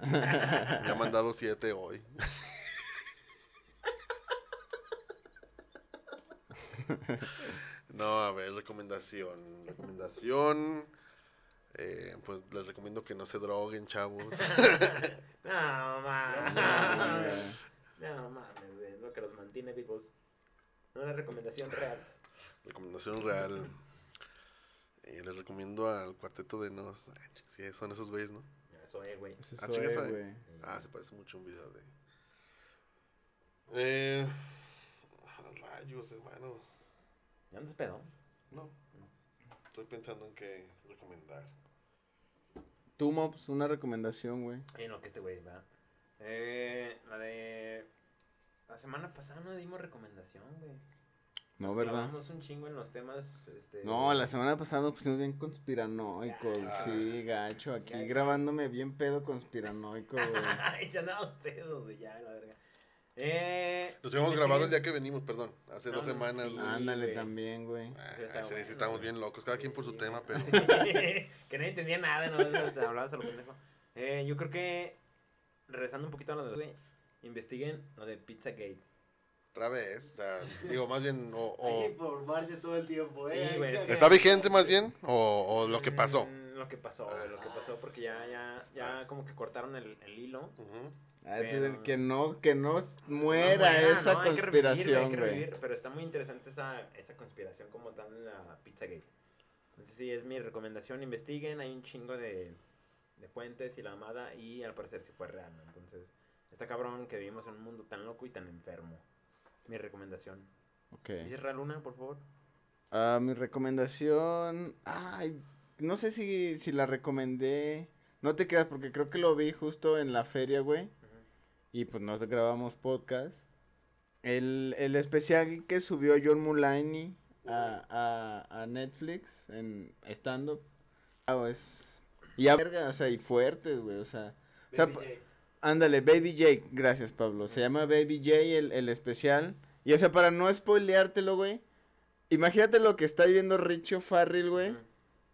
S6: Me ha mandado 7 hoy. No, a ver, recomendación. Recomendación. eh, pues les recomiendo que no se droguen, chavos.
S4: No
S6: Ah,
S4: mames. No mames, güey. Lo que los mantiene vivos. Una recomendación real.
S6: Recomendación real. Eh, les recomiendo al cuarteto de Nos. Ay, ch- Sí, son esos güeyes, ¿no?
S4: Eso es, güey.
S2: Ese
S6: Ah,
S2: soy,
S6: chinga, soy.
S2: güey.
S6: Ah, se parece mucho a un video de. Eh, rayos, hermanos.
S4: ¿Ya andas pedo?
S6: No. Estoy pensando en qué recomendar.
S2: Tú, Mops, una recomendación, güey.
S4: En lo que este güey va. Eh, la de... La semana pasada no dimos recomendación, güey.
S2: No, ¿verdad?
S4: Clavamos un chingo en los temas, este...
S2: No, la semana pasada nos pusimos bien conspiranoicos.
S6: Ah.
S2: Sí, gacho. Aquí
S4: Ya.
S2: grabándome bien pedo conspiranoico, güey.
S4: Ay, ya nada, pedos, güey. Ya, la verga. Eh...
S6: Los habíamos
S4: ¿qué
S6: grabado el
S4: sigue?
S6: día que venimos, perdón. Hace
S4: No,
S6: dos
S4: no,
S6: semanas,
S4: sí.
S6: güey.
S2: Ándale
S4: güey.
S2: también, güey.
S6: Ah,
S4: Pero está
S6: sí, sí,
S4: bueno,
S6: estamos
S4: güey.
S6: bien locos, cada quien por su
S4: Sí.
S6: tema, pero.
S4: que nadie entendía nada, no Te hablabas a lo pendejo. Eh, yo creo que, regresando un poquito a lo de... güey, Investiguen lo de Pizzagate.
S6: Otra vez. o sea, digo, más bien, o. o-
S5: Hay que informarse todo el tiempo,
S4: Sí,
S5: eh. hay
S4: güey,
S5: que-
S4: es que-
S6: ¿Está vigente más bien? ¿O, o lo que pasó? Ah.
S4: Mm, lo que pasó, güey, lo que pasó, porque ya, ya, ya como que cortaron el, el hilo.
S6: Ujú.
S2: Ah, es
S4: Pero-
S2: decir, que no, que no muera
S4: No,
S2: esa
S4: no, hay que revivir, hay
S2: conspiración,
S4: que
S2: güey.
S4: revivir, pero está muy interesante esa, esa conspiración como tal en la Pizzagate. Entonces sí, es mi recomendación, investiguen, hay un chingo de, de fuentes y la amada y al parecer sí fue real, ¿no? Entonces, está cabrón que vivimos en un mundo tan loco y tan enfermo. Mi recomendación.
S2: Ok.
S4: ¿Dices Luna, por favor?
S2: Ah, mi recomendación. Ay, no sé si, si la recomendé. No te creas, porque creo que lo vi justo en la feria, güey. Y pues nos grabamos podcast. El, el especial que subió John Mulaney a, a, a Netflix en stand-up. Ah, es. Y a verga, o sea, y fuertes, güey, o sea. O sea, pa- Ándale, Baby Jake, gracias Pablo. Se llama Baby Jake el, el especial. Y o sea, para no spoileártelo, güey. Imagínate lo que está viviendo Richo Farrell, güey.
S4: Ujú.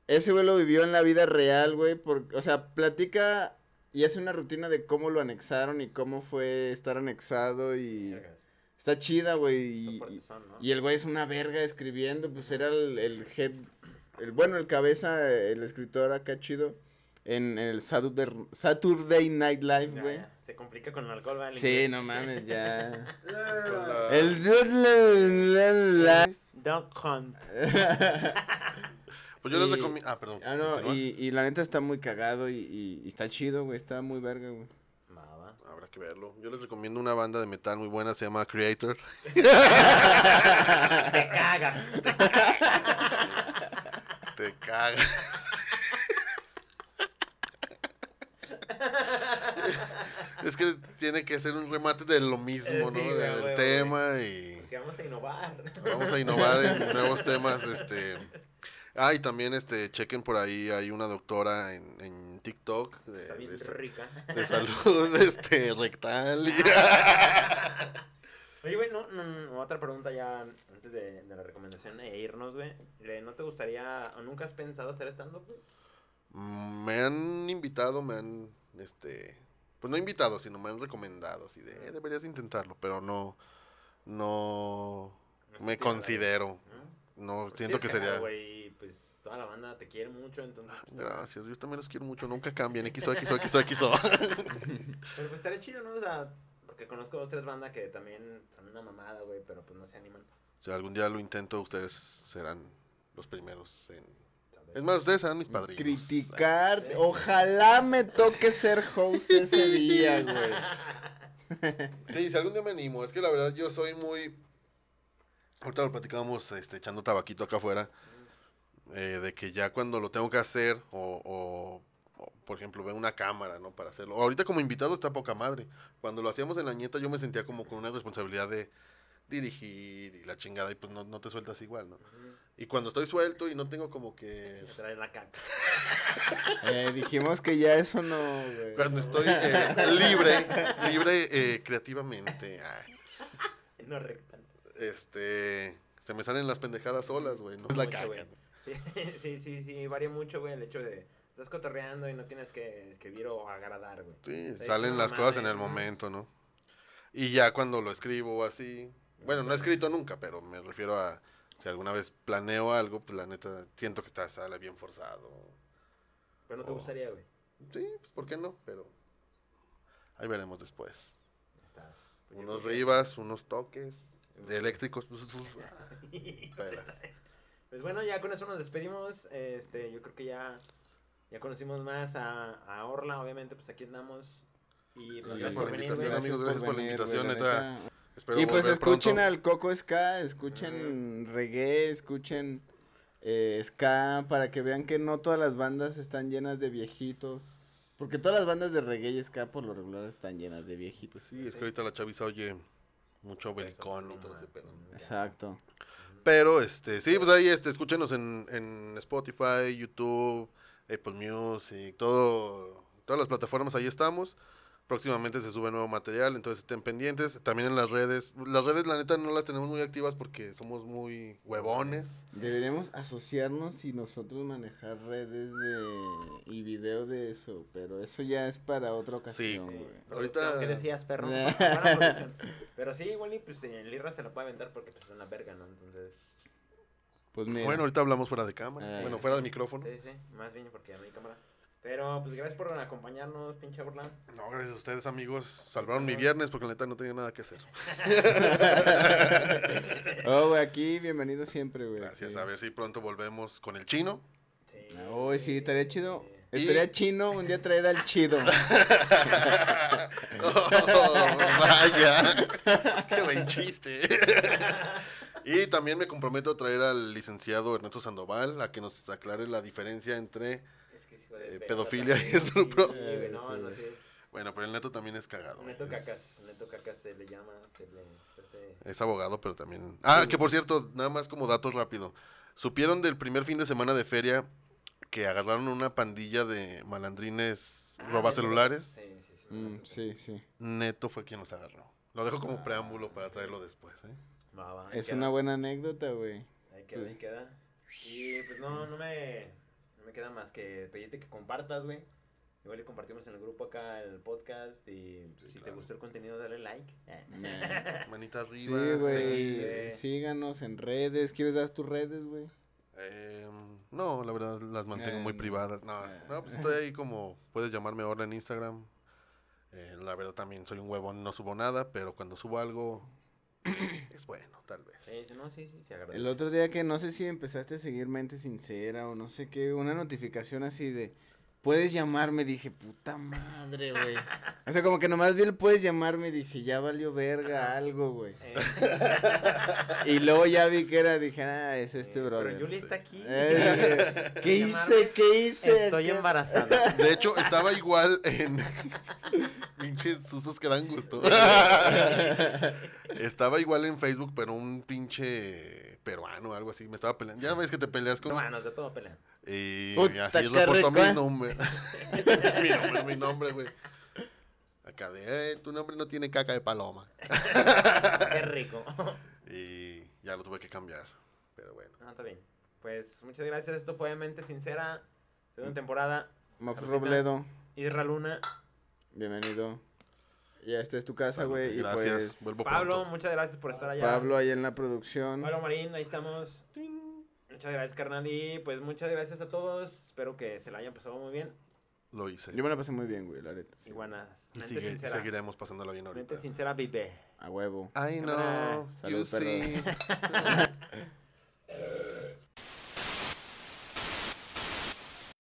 S2: Ese güey lo vivió en la vida real, güey. por- o sea, platica y hace una rutina de cómo lo anexaron y cómo fue estar anexado. Y
S4: Vergas,
S2: está chida,
S4: está
S2: güey. y-
S4: fuerte
S2: y-
S4: son, ¿no?
S2: y el güey es una verga escribiendo, pues era el, el head, el bueno, el cabeza, el escritor acá chido, en, el Saturday, Saturday Night Live,
S4: Ya,
S2: güey.
S4: ya, Se complica con el alcohol, ¿vale?
S2: Sí, no mames, ya.
S6: la-
S2: el Saturday Night
S4: Don't con.
S2: Live.
S6: Pues yo les
S2: Y-
S6: recomiendo. Ah, perdón.
S2: Ah, no,
S6: continúa.
S2: y, y la neta está muy cagado y, y- y está chido, güey, está muy verga, güey.
S4: Va, va.
S6: Habrá que verlo. Yo les recomiendo una banda de metal muy buena, se llama Creator.
S4: Te cagas.
S6: Te cagas. es que tiene que ser un remate de lo mismo,
S4: Eh,
S6: ¿no?
S4: sí,
S6: De-
S4: güey,
S6: del
S4: güey,
S6: tema y
S4: Que vamos a innovar.
S6: vamos a innovar en nuevos temas, este. Ah, y también este, chequen por ahí, hay una doctora en, en TikTok de,
S4: Está bien
S6: de sa-
S4: rica.
S6: de salud este, rectal.
S4: Oye, güey, no, no, no, otra pregunta ya antes de, de la recomendación e irnos, güey. Le- ¿No te gustaría o nunca has pensado hacer stand-up, güey?
S6: Mm, Me han invitado, me han, este, pues no invitado, sino me han recomendado, así de, "Eh, deberías intentarlo, pero no, no,
S4: No
S6: me
S4: sé, tío,
S6: considero,
S4: ¿no?
S6: no,
S4: Pues
S6: siento
S4: sí,
S6: que
S4: es cagado,
S6: sería,
S4: güey, y, pues toda la banda te quiere mucho, entonces.
S6: gracias, yo también los quiero mucho, nunca cambian, XO, XO, XO, XO.
S4: Pero pues estaría chido, ¿no? O sea, porque conozco dos, tres bandas que también son una mamada, güey, pero pues no se animan.
S6: Si algún día lo intento, ustedes serán los primeros en,
S4: ¿sabes?
S6: es más, ustedes serán mis padrinos.
S2: Criticar, ojalá me toque ser host ese día, güey.
S6: Sí, si algún día me animo, es que la verdad yo soy muy... Ahorita lo platicábamos este, echando tabaquito acá afuera, eh, de que ya cuando lo tengo que hacer, o, o- o, por ejemplo veo una cámara, ¿no? Para hacerlo. Ahorita como invitado está poca madre. Cuando lo hacíamos en la nieta yo me sentía como con una responsabilidad de dirigir y la chingada, y pues no, no te sueltas igual, ¿no?
S4: Ujú.
S6: Y cuando estoy suelto y no tengo como que...
S4: Me traen la caca.
S2: Eh, dijimos que ya eso no, güey.
S6: Cuando estoy eh, libre, libre eh, creativamente. ay.
S4: No rectan.
S6: Este. Se me salen las pendejadas solas, güey. No es la
S4: Mucho,
S6: caca.
S4: güey. Sí, sí, sí, sí, varía mucho, güey, el hecho de estás cotorreando y no tienes que escribir o agradar, güey.
S6: Sí,
S4: Sí,
S6: salen
S4: no
S6: las cosas en
S4: mames.
S6: el momento, ¿no? Y ya cuando lo escribo así. Bueno, no he escrito nunca, pero me refiero a. Si alguna vez planeo algo, pues la neta siento que está sale bien forzado.
S4: Pero no te
S6: Oh.
S4: gustaría, güey.
S6: Sí, pues ¿por qué no? Pero. Ahí veremos después.
S4: Estás- pues, yo
S6: Unos
S4: creo que-
S6: ribas, unos toques. Eléctricos. pues, Pela.
S4: Pues bueno, ya con eso nos despedimos. Este, yo creo que ya, ya conocimos más a, a Orla, obviamente, pues aquí andamos. Y pues,
S6: Gracias por la
S4: venir,
S6: invitación,
S4: güey.
S6: amigos, gracias por la
S2: venir, güey,
S6: invitación, neta. Espero
S2: Y pues
S6: volver
S2: escuchen
S6: pronto.
S2: al Coco Ska, escuchen reggae, escuchen eh, Ska para que vean que no todas las bandas están llenas de viejitos. Porque todas las bandas de reggae y Ska por lo regular están llenas de viejitos.
S6: Pues sí, es que ahorita la chaviza oye mucho belicón y todo ese pedo.
S2: Exacto.
S6: Pero, este, sí, pues ahí, este, escúchenos en, en Spotify, YouTube, Apple Music, todo, todas las plataformas, ahí estamos. Próximamente se sube nuevo material, entonces estén pendientes. También en las redes. Las redes, la neta, no las tenemos muy activas porque somos muy huevones.
S2: Deberíamos asociarnos y nosotros manejar redes de y video de eso, pero eso ya es para otra ocasión.
S6: Sí.
S2: güey.
S4: Ahorita...
S6: Ahorita-
S4: ¿Qué decías, perro?
S2: Nah.
S4: Buena producción. Pero sí, igual y pues en Lirra se la puede aventar porque pues es una verga, ¿no? Entonces,
S1: Pues mira,
S6: Bueno, ahorita hablamos fuera de cámara.
S4: Ah,
S6: bueno,
S4: ya.
S6: fuera de micrófono.
S4: Sí, sí, más bien porque ya no hay cámara. Pero pues gracias por acompañarnos, pinche burla.
S6: No, gracias a ustedes, amigos. Salvaron mi viernes porque la neta no tenía nada que hacer.
S2: Oh, güey, aquí bienvenido siempre, güey.
S6: Gracias.
S2: Sí.
S6: A ver si pronto volvemos con el chino.
S4: Sí.
S2: Oh, sí, estaría chido.
S6: Y-
S2: Estaría chino un día traer al chido.
S6: Oh, vaya. Qué buen chiste. y también me comprometo a traer al licenciado Ernesto Sandoval a que nos aclare la diferencia entre.
S4: Es que es hijo de
S6: Eh,
S4: perra
S6: pedofilia
S4: también.
S6: y estupro.
S4: Sí, güey, no, no, sí.
S6: Bueno, pero el neto también es cagado.
S4: Neto
S6: Es-
S4: Cacas, Neto Cacas se le llama, se le... se hace-
S6: Es abogado, pero también. Ah, que por cierto, nada más como datos rápido. Supieron del primer fin de semana de feria que agarraron una pandilla de malandrines
S4: Ah,
S6: roba
S4: Neto
S6: celulares.
S4: Cacas, Sí, sí, sí.
S2: Mm,
S4: eso.
S2: sí, sí.
S6: Neto fue quien los agarró. Lo dejo como preámbulo para traerlo después. ¿eh?
S4: Va, va, ahí
S2: Es
S4: queda,
S2: una buena anécdota, güey.
S4: Ahí queda, ahí queda. Y pues no, no me, no me queda más que pedirte que compartas, güey. Igual le compartimos en el grupo acá el podcast y
S6: Sí,
S4: si te
S6: claro.
S4: gustó el contenido dale like. Eh,
S6: Manita
S2: Sí,
S6: arriba. seguir.
S2: güey.
S4: Sí.
S2: Síganos en redes. ¿Quieres dar tus redes, güey?
S6: Eh, no, la verdad las mantengo muy
S2: Eh,
S6: privadas. No,
S2: eh.
S6: no, pues estoy ahí como. Puedes llamarme ahora en Instagram. Eh, la verdad también soy un huevón, no subo nada, pero cuando subo algo es bueno, tal vez.
S4: Sí, sí, eh, no, sí, sí, se agradece.
S2: El otro día que no sé si empezaste a seguir Mente Sincera o no sé qué, una notificación así de puedes llamarme, dije, puta madre, güey. O sea, como que nomás vi el puedes llamarme, dije, ya valió verga algo, güey.
S4: Eh,
S2: Y luego ya vi que era, dije, ah, es este
S4: eh,
S2: brother.
S4: Pero Yuli está aquí.
S2: Eh, dije, ¿Qué hice? ¿Qué hice?
S4: Estoy
S2: ¿Qué-
S4: embarazada.
S6: De hecho, estaba igual en. Pinches sustos que dan gusto. estaba igual en Facebook, pero un pinche peruano algo así. Me estaba peleando. Ya ves que te peleas con.
S4: Hermanos, de todo pelean.
S6: Y
S2: Puta, qué
S6: así reportó
S2: rico,
S6: mi
S2: ¿eh?
S6: nombre. mi nombre, mi nombre, güey. Acá de, "Eh, tu nombre no tiene caca de paloma.
S4: Qué rico.
S6: Y ya lo tuve que cambiar. Pero bueno.
S4: No, está bien. Pues muchas gracias. Esto fue Mente Sincera, segunda temporada.
S2: Max Robledo,
S4: Isra Luna.
S2: bienvenido. Ya esta es tu casa,
S6: Salud,
S2: güey. Y
S6: gracias,
S2: pues
S6: vuelvo
S4: Pablo,
S6: pronto.
S4: muchas gracias por estar allá.
S2: Pablo ahí en la producción.
S4: Pablo Marín, ahí estamos. Muchas gracias, carnal. Y pues muchas gracias a todos. Espero que se la hayan pasado muy bien.
S6: Lo hice.
S2: Yo me la pasé muy bien, güey, la neta. sí.
S4: Iguanas.
S6: Y
S4: Mente
S6: sigue-
S4: sincera.
S6: seguiremos pasándola bien ahorita.
S4: Mente sincera, vive.
S2: A huevo.
S6: Ay, no.
S4: Cámara.
S6: You
S2: Salud, perro.
S6: see.